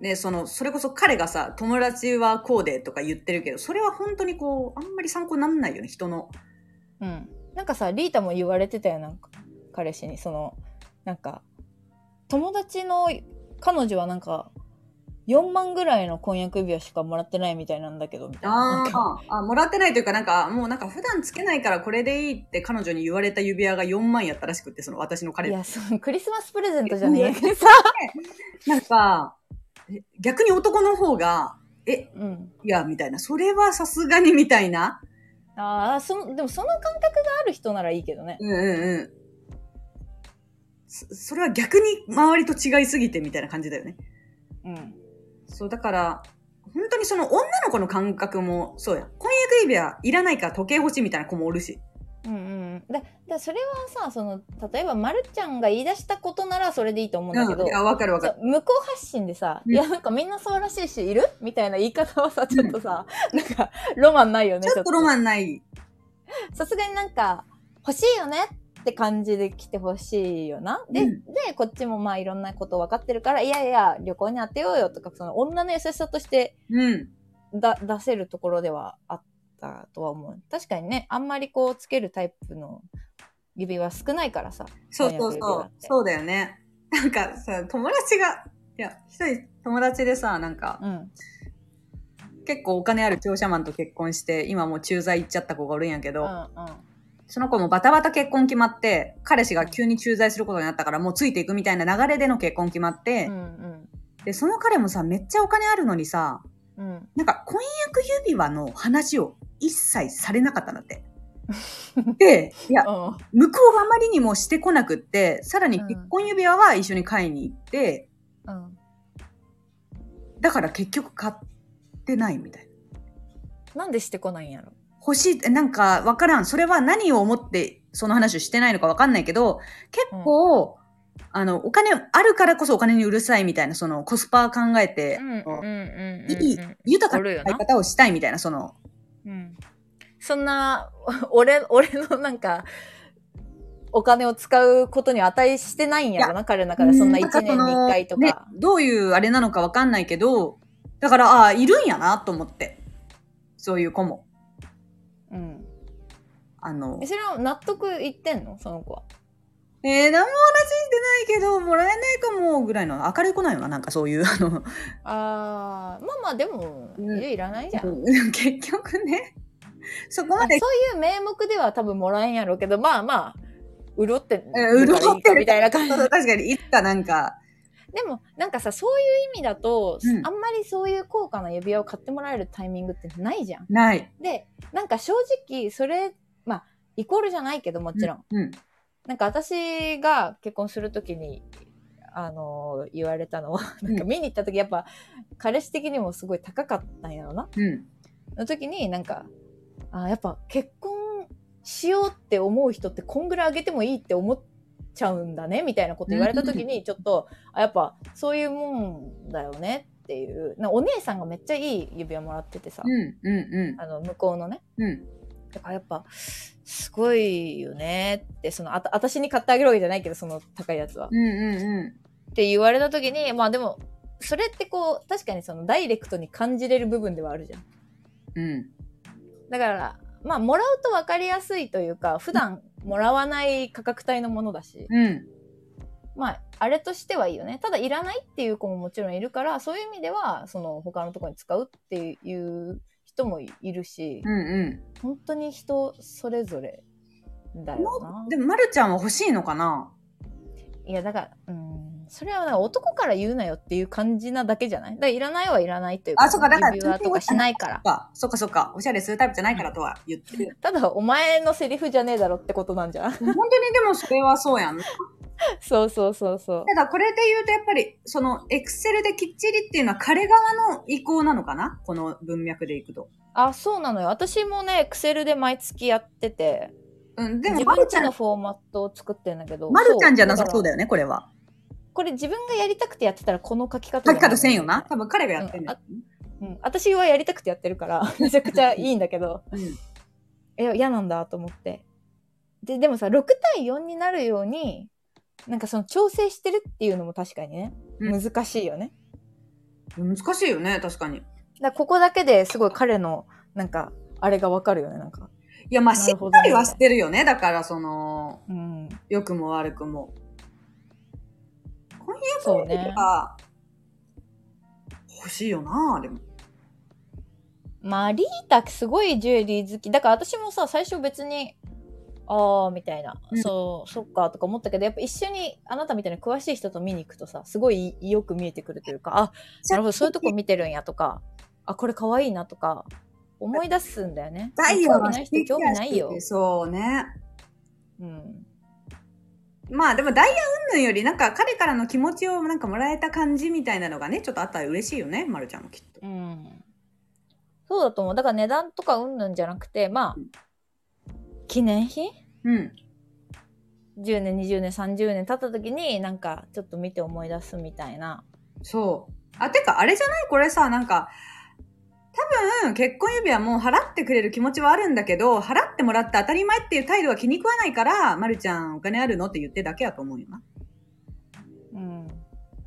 ね、その、それこそ彼がさ、友達はこうでとか言ってるけど、それは本当にこう、あんまり参考になんないよね、人の。
うん。なんかさ、リータも言われてたよ、なんか、彼氏に。その、なんか、友達の彼女はなんか、4万ぐらいの婚約指輪しかもらってないみたいなんだけど、みたいな。なんか
ああ、もらってないというか、なんか、もうなんか普段つけないからこれでいいって彼女に言われた指輪が4万やったらしくって、その私の彼
い
の
や、そのクリスマスプレゼントじゃねえさ。
なんか、え逆に男の方が、え、
うん。
いや、みたいな、それはさすがにみたいな。
ああ、その、でもその感覚がある人ならいいけどね。
うんうんうん。そそれは逆に周りと違いすぎてみたいな感じだよね。
うん。
そう、だから、本当にその女の子の感覚も、そうや。婚約指輪いらないから時計欲しいみたいな子もおるし。
うんうんうん、だだそれはさその例えば、ま、るちゃんが言い出したことならそれでいいと思うんだけど、
うん、いや、わかるわか
そ
る。
う向こう発信でさ、
うん
いやなんかみんなそうらしいしいるみたいな言い方はさちょっとさ、なんかロマンないよね
ちょっとロ
ン
マンない。
さすがになんか欲しいよねって感じで来てほしいよなで,、
うん
でこっちもまあいろんなこと分かってるからいやいや旅行に当てようよとかその女の優しさとして
うん。
だ出せるところではあったとは思う確かにねあんまりこうつけるタイプの指輪少ないからさ
そうそう
婚約指
そ
輪
う
っ。て
そうだよね。なんかさ、友達が、いや、一人友達でさ、なんか、
うん
結構お金ある商社マンと結婚して、今もう駐在行っちゃった子がおるんやけ
う
ど、
んうん
その子もバタバタ結婚決まって、彼氏が急に駐在することになったから、もうついていくみたいな流れでの結婚決まって、
うん
で、その彼もさ、めっちゃお金あるのにさ、
うんうん
なんか婚約指輪の話を一切されなかったんだ って。で、いや、
うん
向こうがあまりにもしてこなくって、さらに結婚指輪は一緒に買いに行って、
うん
だから結局買ってないみたいな。
なんでしてこないんやろ
欲しいって、なんかわからん。それは何を思ってその話をしてないのかわかんないけど、結構、あの、お金、あるからこそお金にうるさいみたいな、そのコスパ考えて、
うんうんうんうんうん
いい豊か
おるよ
な
な
買い方をしたいみたいな、その、
うんそんな、俺、俺のなんか、お金を使うことに値してないんやろな、彼の中で。そんな
う
1年に1回と
なん
か
かその。ね、どういうあれなのかわかんないけど、だから、ああ、いるんやなと思って。そういう子も。
うん。
あの
え、それは納得いってんのその子は。
えー、何も話してないけど、もらえないかも、ぐらいの、明るい子なんよな、なんかそういう、あの、
あー、まあまあ、でも、
うん
家いらないじゃん。
結局ね、そこ
あ
ま
そう
で
いう名目では多分もらえんやろうけど、まあまあ、潤ってるか
え
ら
ー
いいか、
潤ってる
みたいな感じ
そう。そう確かに、いつかなんか、
でも、なんかさ、そういう意味だと、
うん
あんまりそういう高価な指輪を買ってもらえるタイミングってないじゃん。
ない。
でなんか正直それまあイコールじゃないけどもちろん、
うん。
なんか私が結婚するときにあのー言われたのは
うん
なんか見に行った時やっぱ彼氏的にもすごい高かったんやろな
うん。
の時になんかあやっぱ結婚しようって思う人ってこんぐらいあげてもいいって思っちゃうんだねみたいなこと言われた時にちょっとあやっぱそういうもんだよねっていうなお姉さんがめっちゃいい指輪もらっててさ、
うん。う
あの向こうのね
ん。うん。
だからやっぱ、すごいよねって、その、あた、私に買ってあげるわけじゃないけど、その高いやつは。
うん。うん。
って言われた時に、まあでも、それってこう、確かにそのダイレクトに感じれる部分ではあるじゃん。
うん。うん。
だから、まあもらうと分かりやすいというか、普段もらわない価格帯のものだし、
うん。
まあ、あれとしてはいいよね。ただ、いらないっていう子ももちろんいるから、そういう意味では、その、他のところに使うっていう人もいるし、
うん。
本当に人それぞれだよな。
でも、まるちゃんは欲しいのかない
やだからうんそれはなんか男から言うなよっていう感じなだけじゃないだからいらないはいらないという
あそうかだから
指輪とかしないから
あ、そっかそっか。おしゃれするタイプじゃないからとは言ってる。
ただお前のセリフじゃねえだろってことなんじゃん
本当にでもそれはそうやんな。
そうそうそうそう
ただこれで言うとやっぱり、その、エクセルできっちりっていうのは彼側の意向なのかなこの文脈でいくと。
あそうなのよ私もねエクセルで毎月やってて
うん、で
自
も、ま
分
る
ち
ちゃ
の
ん、
フォーマットを作ってるんだけど
まるちゃんじゃなさ
から
そうだよね、これは。
これ自分がやりたくてやってたらこの書き方じ
書
ゃ
き
ない
方せんよな。多分彼がやってんだよ、
うん、私はやりたくてやってるから めちゃくちゃいいんだけど
うん。
え嫌なんだと思ってででもさ6対4になるようになんかその調整してるっていうのも確かにね
うん
難しいよね、
うん難しいよね、確かに。
だからここだけですごい彼のなんかあれがわかるよねなんか
いや、まあ、
な
し
る
っ
ほどね
かりはしてるよね。だから、その、
うん
良くも悪くも。婚
そう
約指
ね
輪、欲しいよな、でも。
まあリータすごいジュエリー好きだから私もさ最初別にああみたいな、
うん
そうそっかとか思ったけどやっぱ一緒にあなたみたいな詳しい人と見に行くとさすごいよく見えてくるというかあなるほどそういうとこ見てるんやとかあこれ可愛いなとか思い出すんだよ ね
太陽
興
が
味ない人興味ないよ、
そうね。
うん、
まあでもダイヤ云々よりなんか彼からの気持ちをなんかもらえた感じみたいなのがね、ちょっとあったら嬉しいよね、まるちゃんもきっと。
うん、そうだと思うだから値段とかうんぬんじゃなくてまあ
うん
記念品
うん。
10年20年30年経った時になんかちょっと見て思い出すみたいな
そう。あ、てかあれじゃないこれさ、なんか、多分結婚指輪もう払ってくれる気持ちはあるんだけど、払ってもらって当たり前っていう態度は気に食わないから、まるちゃんお金あるのって言ってだけやと思うよな。
うん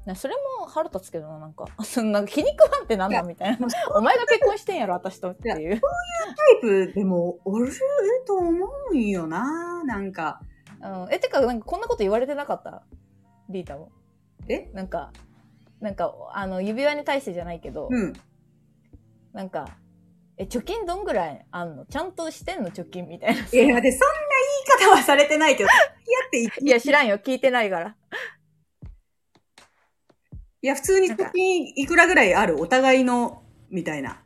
なそれも腹立つけどななんか そんな気に食わんってなんだみたいな
もうそう
お前が結婚してんやろ私とっていう
いうタイプでもおると思うんよな、なんか。
うん、えてかなんかこんなこと言われてなかったリータも
え
なんかなんかあの指輪に対してじゃないけど、
うん。
なんかえ貯金どんぐらいあんのちゃんとしてんの貯金み たいな
いや、待って、そんな言い方はされてないけど、付き合ってい
いや知らんよ聞いてないから
いや、普通に貯金いくらぐらいあるお互いの、みたいな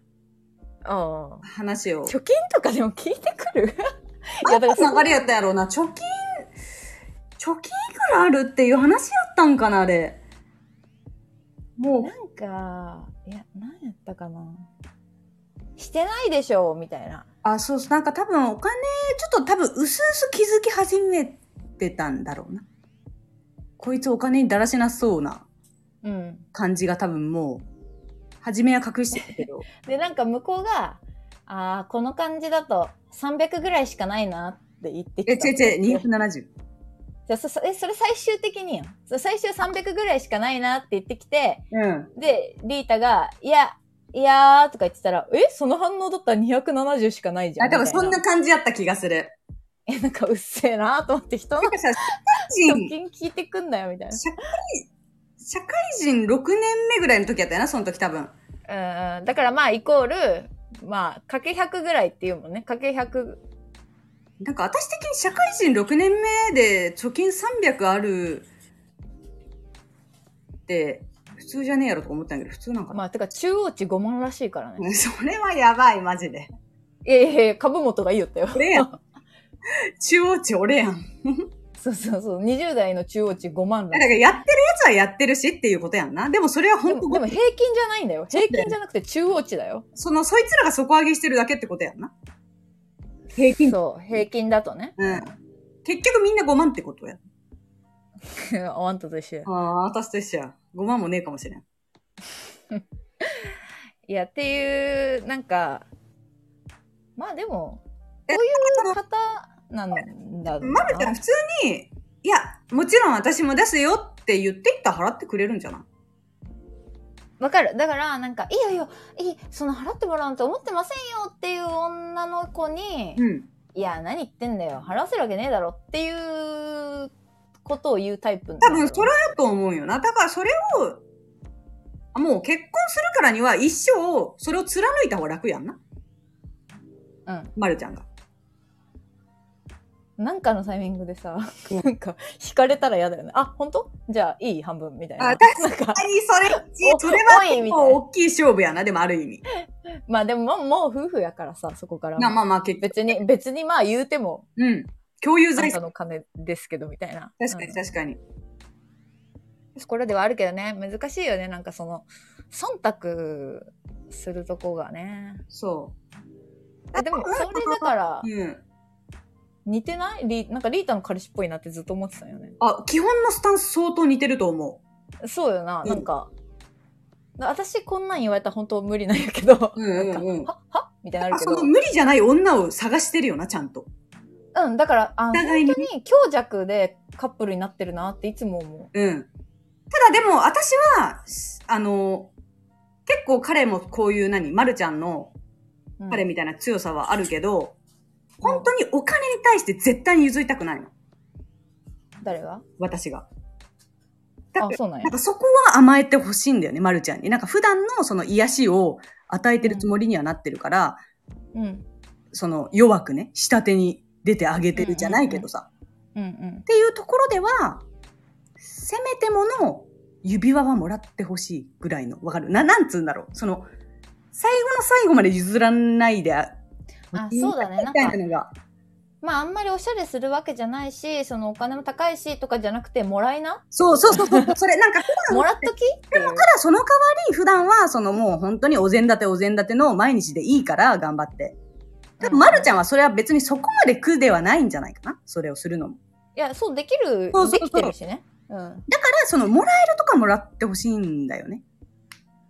あ
話を。
貯金とかでも聞いてくる い
あ
や
ん
だから
た
そ
の流れやったやろうな。貯金、貯金いくらあるっていう話やったんかな、あれ。も
なんかいや何やったかなしてないでしょみたいな
う、あ、そうそう、なんか多分お金、ちょっと多分、うすうす気づき始めてたんだろうな。こいつお金にだらしなそうな
うん、
感じが多分もう、初めは隠してたけど、
でなんか向こうが「あーこの感じだと300ぐらいしかないな」って言って
え、
きた
違う違う、270。
じゃあそそえそれ最終的によそ最終300ぐらいしかないなって言ってきて
うん。
でリータが「いやいやー」とか言ってたら「えその反応だったら270しかないじゃん」
あ、多分
みたい
そんな感じだった気がす る。
えなんかうっせえなーと思って人の
なんかさ、社会
貯
人、
金聞いてくんなよみたいな
社会、社会人6年目ぐらいの時やったよな、その時多分。
うんうんだからまあイコールまあかけ100ぐらいっていうもんねかけ100
なんか私的に社会人6年目で貯金300あるって普通じゃねえやろとか思ったんだけど、普通なんかな。
まあてか中央値5万らしいから ね
それはやばい、マジ で。
いやいやいや株元がいいよったよ
俺やん。中央値俺やん。
そうそうそう。20代の中央値5万
だ
だ
からやってるやつはやってるしっていうことやんな。でもそれは
で
本当
もでも平均じゃないんだよ。
そうだ
平
よ
均じゃなくて中央値だよ。
その、そいつらが底上げしてるだけってことやんな。平均。
そう、平均だとね。
うん。結局みんな5万ってことや。
あんたと一緒や
あ。あ、私と一緒や。5万もねえかもしれん。
いや、っていう、なんか、まあでも、
え
こういう方なんだろう
ま
な
るちゃん、普通に、いや、もちろん私も出すよって言っていったら払ってくれるんじゃない
わかる。だから、なんか、いいよいいよ、いい、その払ってもらうなんて思ってませんよっていう女の子に、
うん。
いや、何言ってんだよ。払わせるわけねえだろっていうことを言うタイプなんだ
多
ろう
分、それだと思うよな。だから、それを、あもう結婚するからには一生、それを貫いた方が楽やんな。
うん。
まるちゃんが。
なんかのタイミングでさ、なんか、引かれたら嫌だよね。あ、本当じゃあ、いい半分みたいな。
あ確
なんか、
何それ
お
それは
おいみたいな
もう大きい勝負やな、でもある意味。
まあでも、もうもう夫婦やからさ、そこから。
まあまあまあ、結局。
別に、別にまあ言うても、
うん。共有
あ
財
んた
産。
の金ですけど、みたいな。
確かに
うん
確かに。
ところではあるけどね、難しいよね。なんかその、忖度するとこがね。
そ
えでも、それだから
う。、うん。
似てないリなんかリータの彼氏っぽいなってずっと思ってたよね。
あ、基本のスタンス相当似てると思
そうよな、
うん
なんか。私こんなん言われたら本当無理なんやけど、
うんうんうん
なんかははみたいな
う。
のあ
あ
るけ
そ
ど
の。無理じゃない女を探してるよな、ちゃんと。
うん、だから、あ
お
の
互い
本
にね
当に強弱でカップルになってるなっていつも思
うん。ただでも、私は、あの、結構彼もこういう何、まるちゃんの
う。うん、
彼みたいな強さはあるけど、本当にお金に対して絶対に譲りたくないの。
誰が
私が。だ
あ
っ、て、
そうなんや
なん。かそこは甘えてほしいんだよね、まるちゃんに。なんか普段のその癒しを与えてるつもりにはなってるから、
うん。うん
その弱くね、下手に出てあげてるじゃないけどさ。
うん
っ。ていうところでは、せめてもの指輪はもらってほしいぐらいの、わかるな、なんつうんだろう。その、最後の最後まで譲らないで、あ
あそうだね
みたいなのが。
まあ、あんまりおしゃれするわけじゃないし、そのお金も高いしとかじゃなくて、もらいな
そうそうそうそう。それ、なんか、普段
もらっときっていう。
ただその代わり、普段は、そのもう本当にお膳立てお膳立ての毎日でいいから頑張って。多分、まるちゃんはそれは別にそこまで苦ではないんじゃないかな。それをするのも。
いや、そう、できる
そうそうそう、
できてるしね。うん。
ただ、その、もらえるとかもらってほしいんだよね。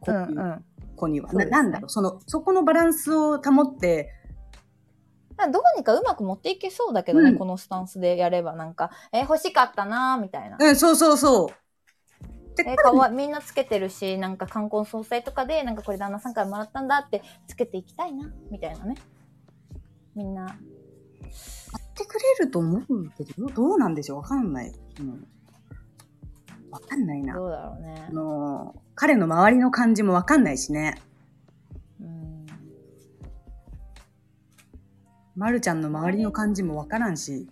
こ
う
うんいう
うん。だか
子には。
そう
な
ですね
なんだろう、その、そこのバランスを保って、
らどうにかうまく持っていけそうだけど
う
ね、
ん
このスタンスでやれば、なんか、え、欲しかったなーみたいな。
うん、そうそうそう。で、多
えか
分
わいみんなつけてるしなんか冠婚葬祭とかでなんかこれ旦那さんからもらったんだってつけていきたいなみたいなねみんな
買ってくれると思うけど、どうなんでしょうわかんない。うん。わかんないな。
どうだろうね
あのー、彼の周りの感じもわかんないしね。
うん
まるちゃんの周りの感じもわからんし。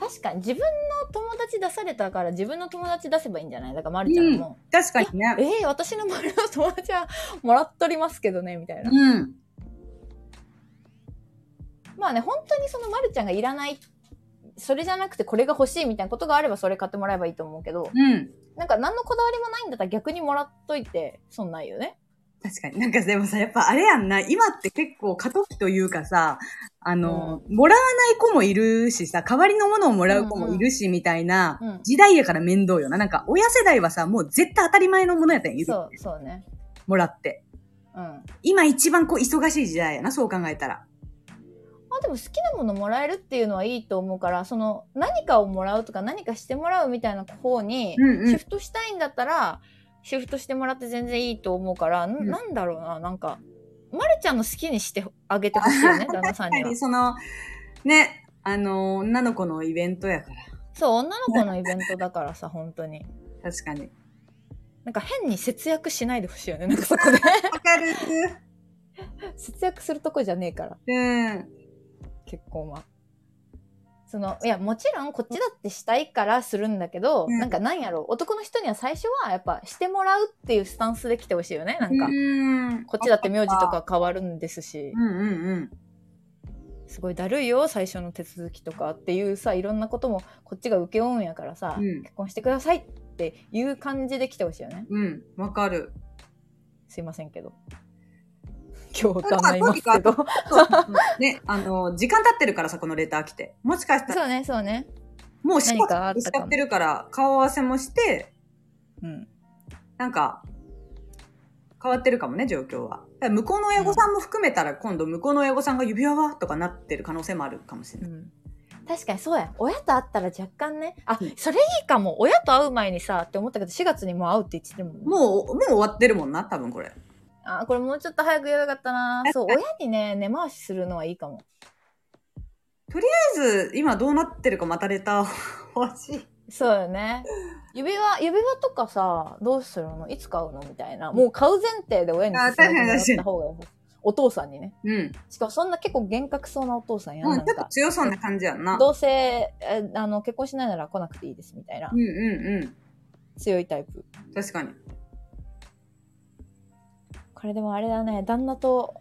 確かに自分の友達出されたから自分の友達出せばいいんじゃないだからまるちゃんも、
確かにね。
えー、私の周りの友達は もらっとりますけどねみたいな、
うん。
まあね本当にそのまるちゃんがいらないそれじゃなくてこれが欲しいみたいなことがあればそれ買ってもらえばいいと思うけど
うん。
なんか何のこだわりもないんだったら逆にもらっといて損ないよね
確かに。なんかでもさ、やっぱあれやんな、今って結構過渡期というかさ、あの、もらわない子もいるしさ、代わりのものをもらう子もいるし、みたいな
うん
時代やから面倒よな。なんか親世代はさ、もう絶対当たり前のものやったんや、
そうそうね
もらって。
うんま
今一番こう忙しい時代やな、そう考えたら。
あでも好きなものもらえるっていうのはいいと思うからその何かをもらうとか何かしてもらうみたいな方に
うんうん
シフトしたいんだったら、シフトしてもらって全然いいと思うからな,、
ん
ん、なんだろうななんかまるちゃんの好きにしてあげてほしい よね旦那さん
確
に
か
は
に、。その、ね、あの、女の子のイベントやか
そう女の子のイベントだか らさ本当に。
ら。確かに。
なんか変に節約しないでほしいよねなんかそこ で
わかる。
節約するとこじゃねえから
うん。
結婚は。そのいやもちろんこっちだってしたいからするんだけど、
うん
なんかなんやろう男の人には最初はやっぱしてもらうっていうスタンスで来てほしいよねなんか、
うん。
こっちだって名字とか変わるんですし
うんうんうん。
すごいだるいよ最初の手続きとかっていうさいろんなこともこっちが請け負うんやからさ、
うん
結婚してくださいっていう感じで来てほしいよね
うん。わかる。
すいません けど今日旦那いますけ
と
ど
にそうね、あの、時間経ってるからさ、このレター来て。もしかしたら、
そうねそうね
もうし
何
か
かあった
し
か
ち
も
ゃってるから、顔合わせもして、
うん
なんか、変わってるかもね、状況は。だから向こうの親御さんも含めたら、今度向こうの親御さんが指輪はとかなってる可能性もあるかもしれ
う
ない。
ん確かにそうや親と会ったら若干ねあ、
うん
それいいかも親と会う前にさって思ったけど4月にもう会うって言ってたもん
もう、もう終わってるもんな、多分これ。
あこれもうちょっと早く言えばよかったなそう親にね根回しするのはいいかも
とりあえず、今どうなってるかまたレターを欲しい。
そうよね指輪指輪とかさどうするのいつ買うのみたいなもう買う前提で親に勧めてもらった方がいいお父さんにね
うん。
しかもそんな結構厳格そうなお父さんやん
う
なん
ん、ちょっと
か
強そうな感じやんな。
どうせえあの結婚しないなら来なくていいですみたいな
うんうんう
強いタイプ
ん。確かに。
これでもあれだね旦那と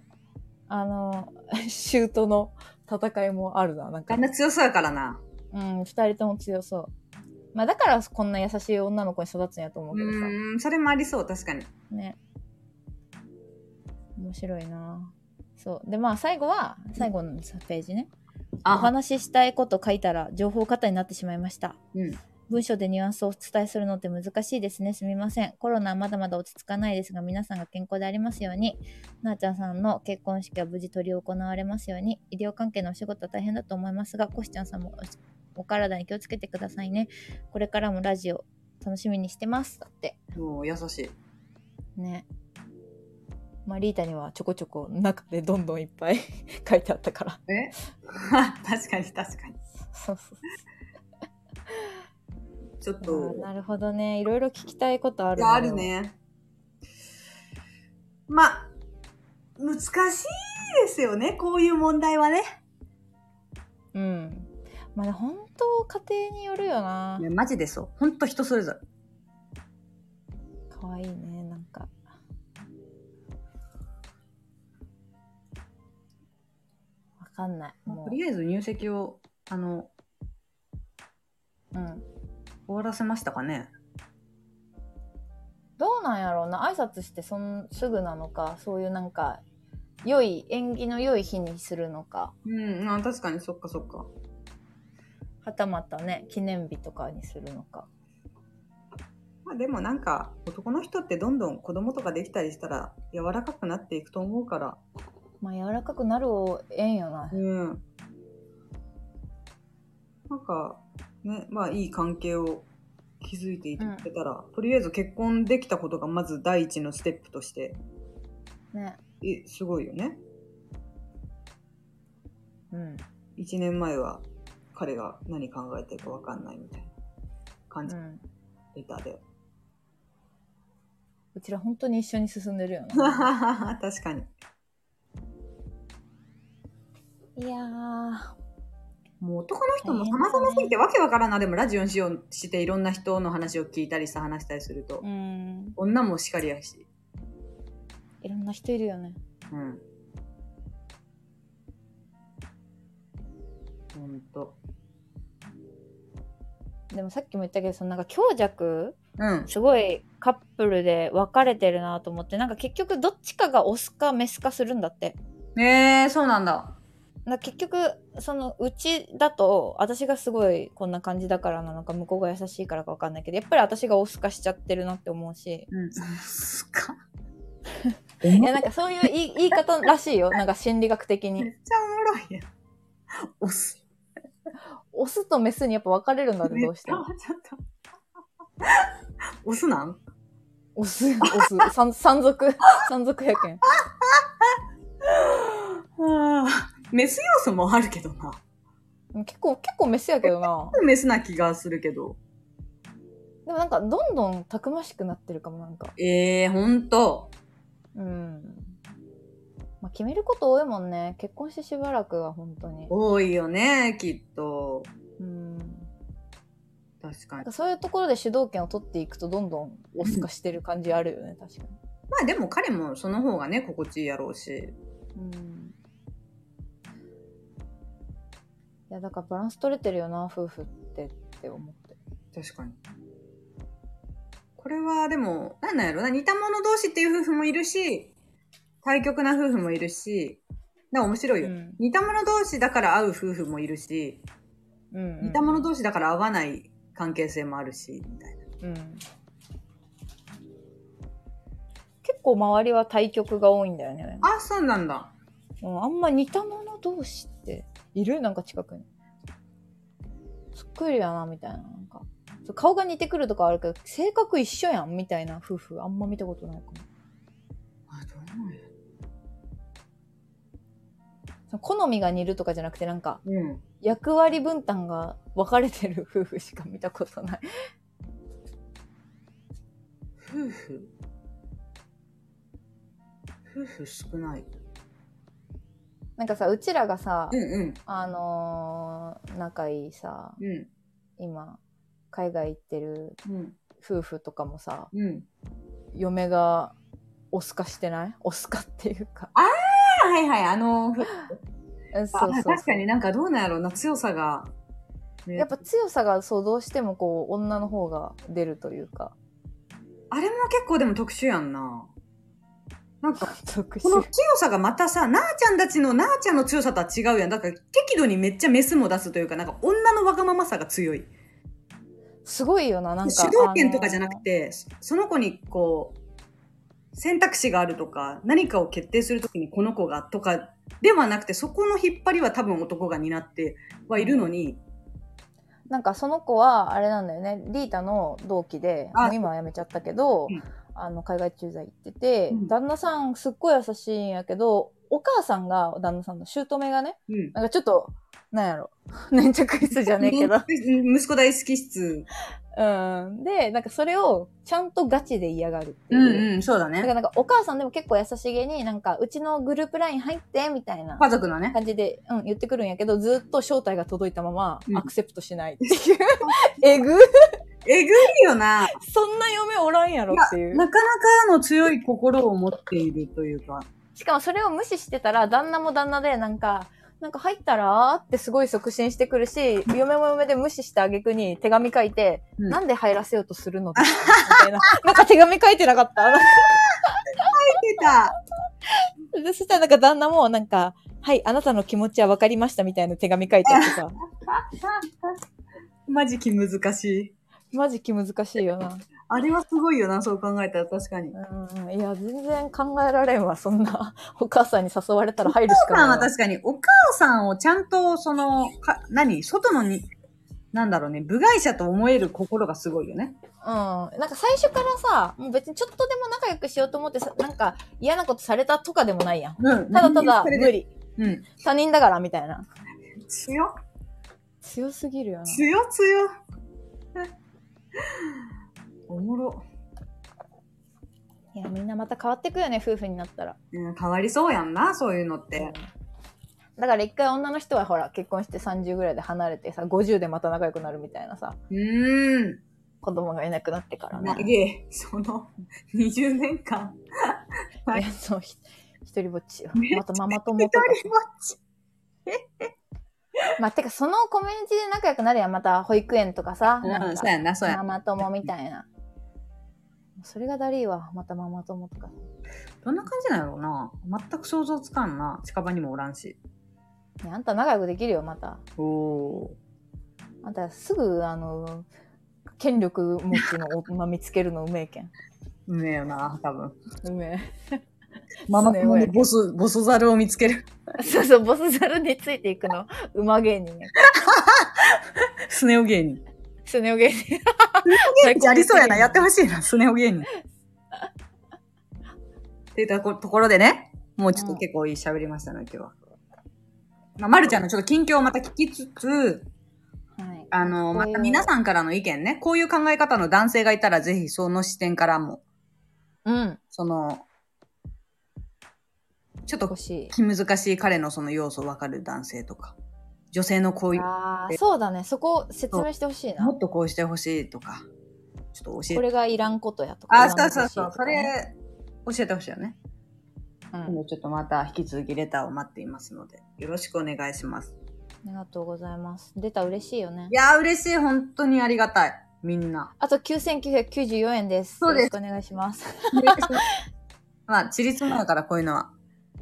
あの シュートの戦いもあるななんか
旦那強そうやからな。
うん2人とも強そうまあだからこんな優しい女の子に育つんやと思う
う
けどさ
ーん、それもありそう、確かに。
ね面白いなそうでまあ最後は最後のさページねお
あ、
話ししたいこと書いたら情報過多になってしまいました
うん。
文章でニュアンスをお伝えするのって難しいですね。すみません。コロナはまだまだ落ち着かないですが、皆さんが健康でありますように、なあちゃんさんの結婚式は無事執り行われますように、医療関係のお仕事は大変だと思いますが、コシちゃんさんもおしお体に気をつけてくださいね。これからもラジオ楽しみにしてます。だって。
もう優しい。
ね。まあ、リータにはちょこちょこ中でどんどんいっぱい 書いてあったから。
え確かに確かに。
そうそう
ちょっ
そう
と
あー。なるほどね。いろいろ聞きたいことあ
い
る
や
な
ある。ね。まあ、難しいですよね、こういう問題はね。
うん。まあ、本当家庭によるよな。
マジでそう。ほんと人それぞれ。
可愛いね、なんか。わかんない。も
とりあえず入籍を、あの、
う。うん。
終わらせましたかね。
どうなんやろうな。挨拶してそんすぐなのか、そういうなんか、良い、縁起の良い日にするのか、
うん、あ確かにそっかそっか。
はたまたね、記念日とかにするのか。
まあでもなんか、男の人ってどんどん子供とかできたりしたら柔らかくなっていくと思うから。
まあ、柔らかくなるをええんよな
う。ん。なんか、ね、まあいい関係を築いていけたら、とりあえず結婚できたことがまず第一のステップとして、
ね。
え、すごいよね。
うん。
1年前は彼が何考えてるかわかんないみたいな感
う
じ、
ん。
レターで。
うちら本当に一緒に進んでるよな。
確かに。
いやー、
もう男の人も様々すぎてわけわからんな。でもラジオにしようしていろんな人の話を聞いたりさ、話したりすると
う。ん。
女もしかりやし。
いろんな人いるよね。
うん。ほんと。
でもさっきも言ったけどそのなんか強弱
うん。
すごいカップルで分かれてるなと思ってなんか結局どっちかがオスかメスかするんだって
えー、そうなんだ。
だから結局そのうちだと私がすごいこんな感じだからなのか向こうが優しいからか分かんないけどやっぱり私がオス化しちゃってるなって思うし
うん。す か。
いやなんかそういう言い言い方らしいよなんか心理学的
め
に
っちゃおもろいやん。おす。
オスとメスにやっぱ分かれるんだって
めっ
どうして
ちゃ
も
笑っちゃった。おすなん
オスオス山山賊山賊やけん
ああ。メス要素もあるけどな。
結構結構メスやけどな
メスな気がするけど。
でもなんかどんどんたくましくなってるかもなんか
ええー、ほんと。
うん。まあ、決めること多いもんね。結婚してしばらくは本当に。
多いよね、きっと。
うん。
確か
なん
に。
かそういうところで主導権を取っていくとどんどんオス化してる感じあるよね、確か
まあでも彼もその方がね、心地いいやろうし。
に。うん。いや、だからバランス取れてるよな、夫婦ってって思って。
確かに。これはでも、なんなんやろな、似た者同士っていう夫婦もいるし、対極な夫婦もいるし、なんか面白いよ。
うん
似た者同士だから会う夫婦もいるし、
うん、うん。
似た者同士だから会わない関係性もあるし、みたいな。
うん。結構周りは対局が多いんだよね。
あ、そうなんだ。
うんあんま似た者同士っているなんか近くに。そっくりやな、みたいな。なんかそう顔が似てくるとかはあるけど、性格一緒やん、みたいな夫婦、あんま見たことないかも。
あ、どうなんや
その好みが似るとかじゃなくて、なんか
うん。
役割分担が分かれてる夫婦しか見たことない。
夫婦夫婦少ない。
なんかさ、うちらがさ
う、んうん。
あのー仲いいさ、
うん。
今、海外行ってる
うん。
夫婦とかもさ、
うん。
嫁がオス化してないオス化っていうか。
はいはい、あの、ふ
うんそう
あ
そうそう
確かになんかどうなんやろうな、強さが。ね
やっぱ強さがそうどうしてもこう女の方が出るというか
あれも結構でも特殊やんな。なんか、
特
この
殊
強さがまたさ、なあちゃんたちのなあちゃんの強さとは違うやん。だから適度にめっちゃメスも出すというか、なんか女のわがままさが強い。
すごいよななんか
主導権とかじゃなくて、そその子にこう、選択肢があるとか、何かを決定するときにこの子がとかではなくて、そこの引っ張りは多分男が担ってはいるのに、
あのなんかその子はあれなんだよねリータの同期で
あ
もう今は辞めちゃったけど、
うん
あの海外駐在行ってて、
うん
旦那さんすっごい優しいんやけどお母さんが旦那さんの姑がね
うん。
なんかちょっとなんやろ 粘着質じゃねえけど
息子大好き室。
うんでなんかそれをちゃんとガチで嫌がるっていうう。
んうん、そうだ
だか
ね。
らなんかお母さんでも結構優しげになんかうちのグループライン入ってみたいな
家族のね。
感じで、うん、言ってくるんやけど、ずっと招待が届いたまま
う、ん
アクセプトしないっていう。 えぐ
えぐいよな。
そんな嫁おらんやろっていう。
なかなかの強い心を持っているというか。
しかもそれを無視してたら、旦那も旦那で、なんか、なんか入ったらってすごい促進してくるし、嫁も嫁で無視した挙句に手紙書いて、
うん
なんで入らせようとするのみたいな。 なんか手紙書いてなかった
出た。
でそしたらなんか旦那もなんか、はい、あなたの気持ちは分かりましたみたいな手紙書いてあって さ、
マジ気難しい。
マジ気難しいよな。
あれはすごいよな、そう考えたら確かに。
うんいや、全然考えられんわ、そんな。お母さんに誘われたら入るし
お母
か
さん
な。
はい確かに、お母さんをちゃんと、その、か何外のに、なんだろうね、部外者と思える心がすごいよね。
うん。なんか最初からさ、もう別にちょっとでも仲良くしようと思ってさ、なんか嫌なことされたとかでもないやん。
うん
ただただ無。理。
うん。
他人だから、みたいな。
強
強すぎるよな。
強強。 おもろ。
いや、みんなまた変わってくよね、夫婦になったら。
うん変わりそうやんな、そういうのっ
うん
て。
だから一回女の人はほら、結婚して30ぐらいで離れてさ、50でまた仲良くなるみたいなさ、
うーん。
子供がいなくなってからね。
長え。その、20年間。長い
いや、そう、ひ一人ぼっちよ
めっち。ゃ
またママ友とかさ。まあ、てか、そのコミュニティで仲良くなるやん。また、保育園とかさ、
う
なん
ん、
か
そうやんな、そうやん
ママ友みたいな。それがだりーはまたママ友とか
どんな感じなんやろうな全く想像つかんな近場にもおらんし
ねあんた仲良くできるよまた
おお
あんたすぐあの権力持ちの大人見つけるのうめえけん
うめえよな多分
うめえ
ママ友にボスボスザルを見つける
そうそう、ボスザルについていくの。馬芸人ね。
スネ夫芸人
スネ夫芸人。
芸人ありそうやなやってほしいなスネ夫芸 人っていったところでねもうちょっと結構いい喋りましたね、今日は、まあ、まるちゃんのちょっと近況をまた聞きつつ
はい。
あの、また皆さんからの意見ね、こういう考え方の男性がいたら、ぜひその視点からも、
うん。
その、ちょっと
欲しい。
気難しい彼のその要素わかる男性とか、女性のこういう、
ああ、そうだね。そこ説明してほしいな
も。っとこうしてほしいとか、ちょっと教え
こ
て。
れがいらんことやとか。
あ、
い
そ
ら
うん
と
そう
欲しいと
そう、
か
そ
ね
れ、教えてほしいよね。
うん。
今度ちょっとまた引き続きレターを待っていますので、よろしくお願いします。
ありがとうございます。出た嬉しいよね
い。やー、嬉しい。本当にありがたい。みん な。
あと9994円です。
そうです
よろしくお願いします。
まあ、ちりつもやからこういうのは、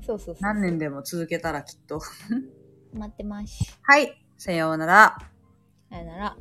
そうそうそう。
何年でも続けたらきっと。
待ってます。
はい。さようなら。
さよなら。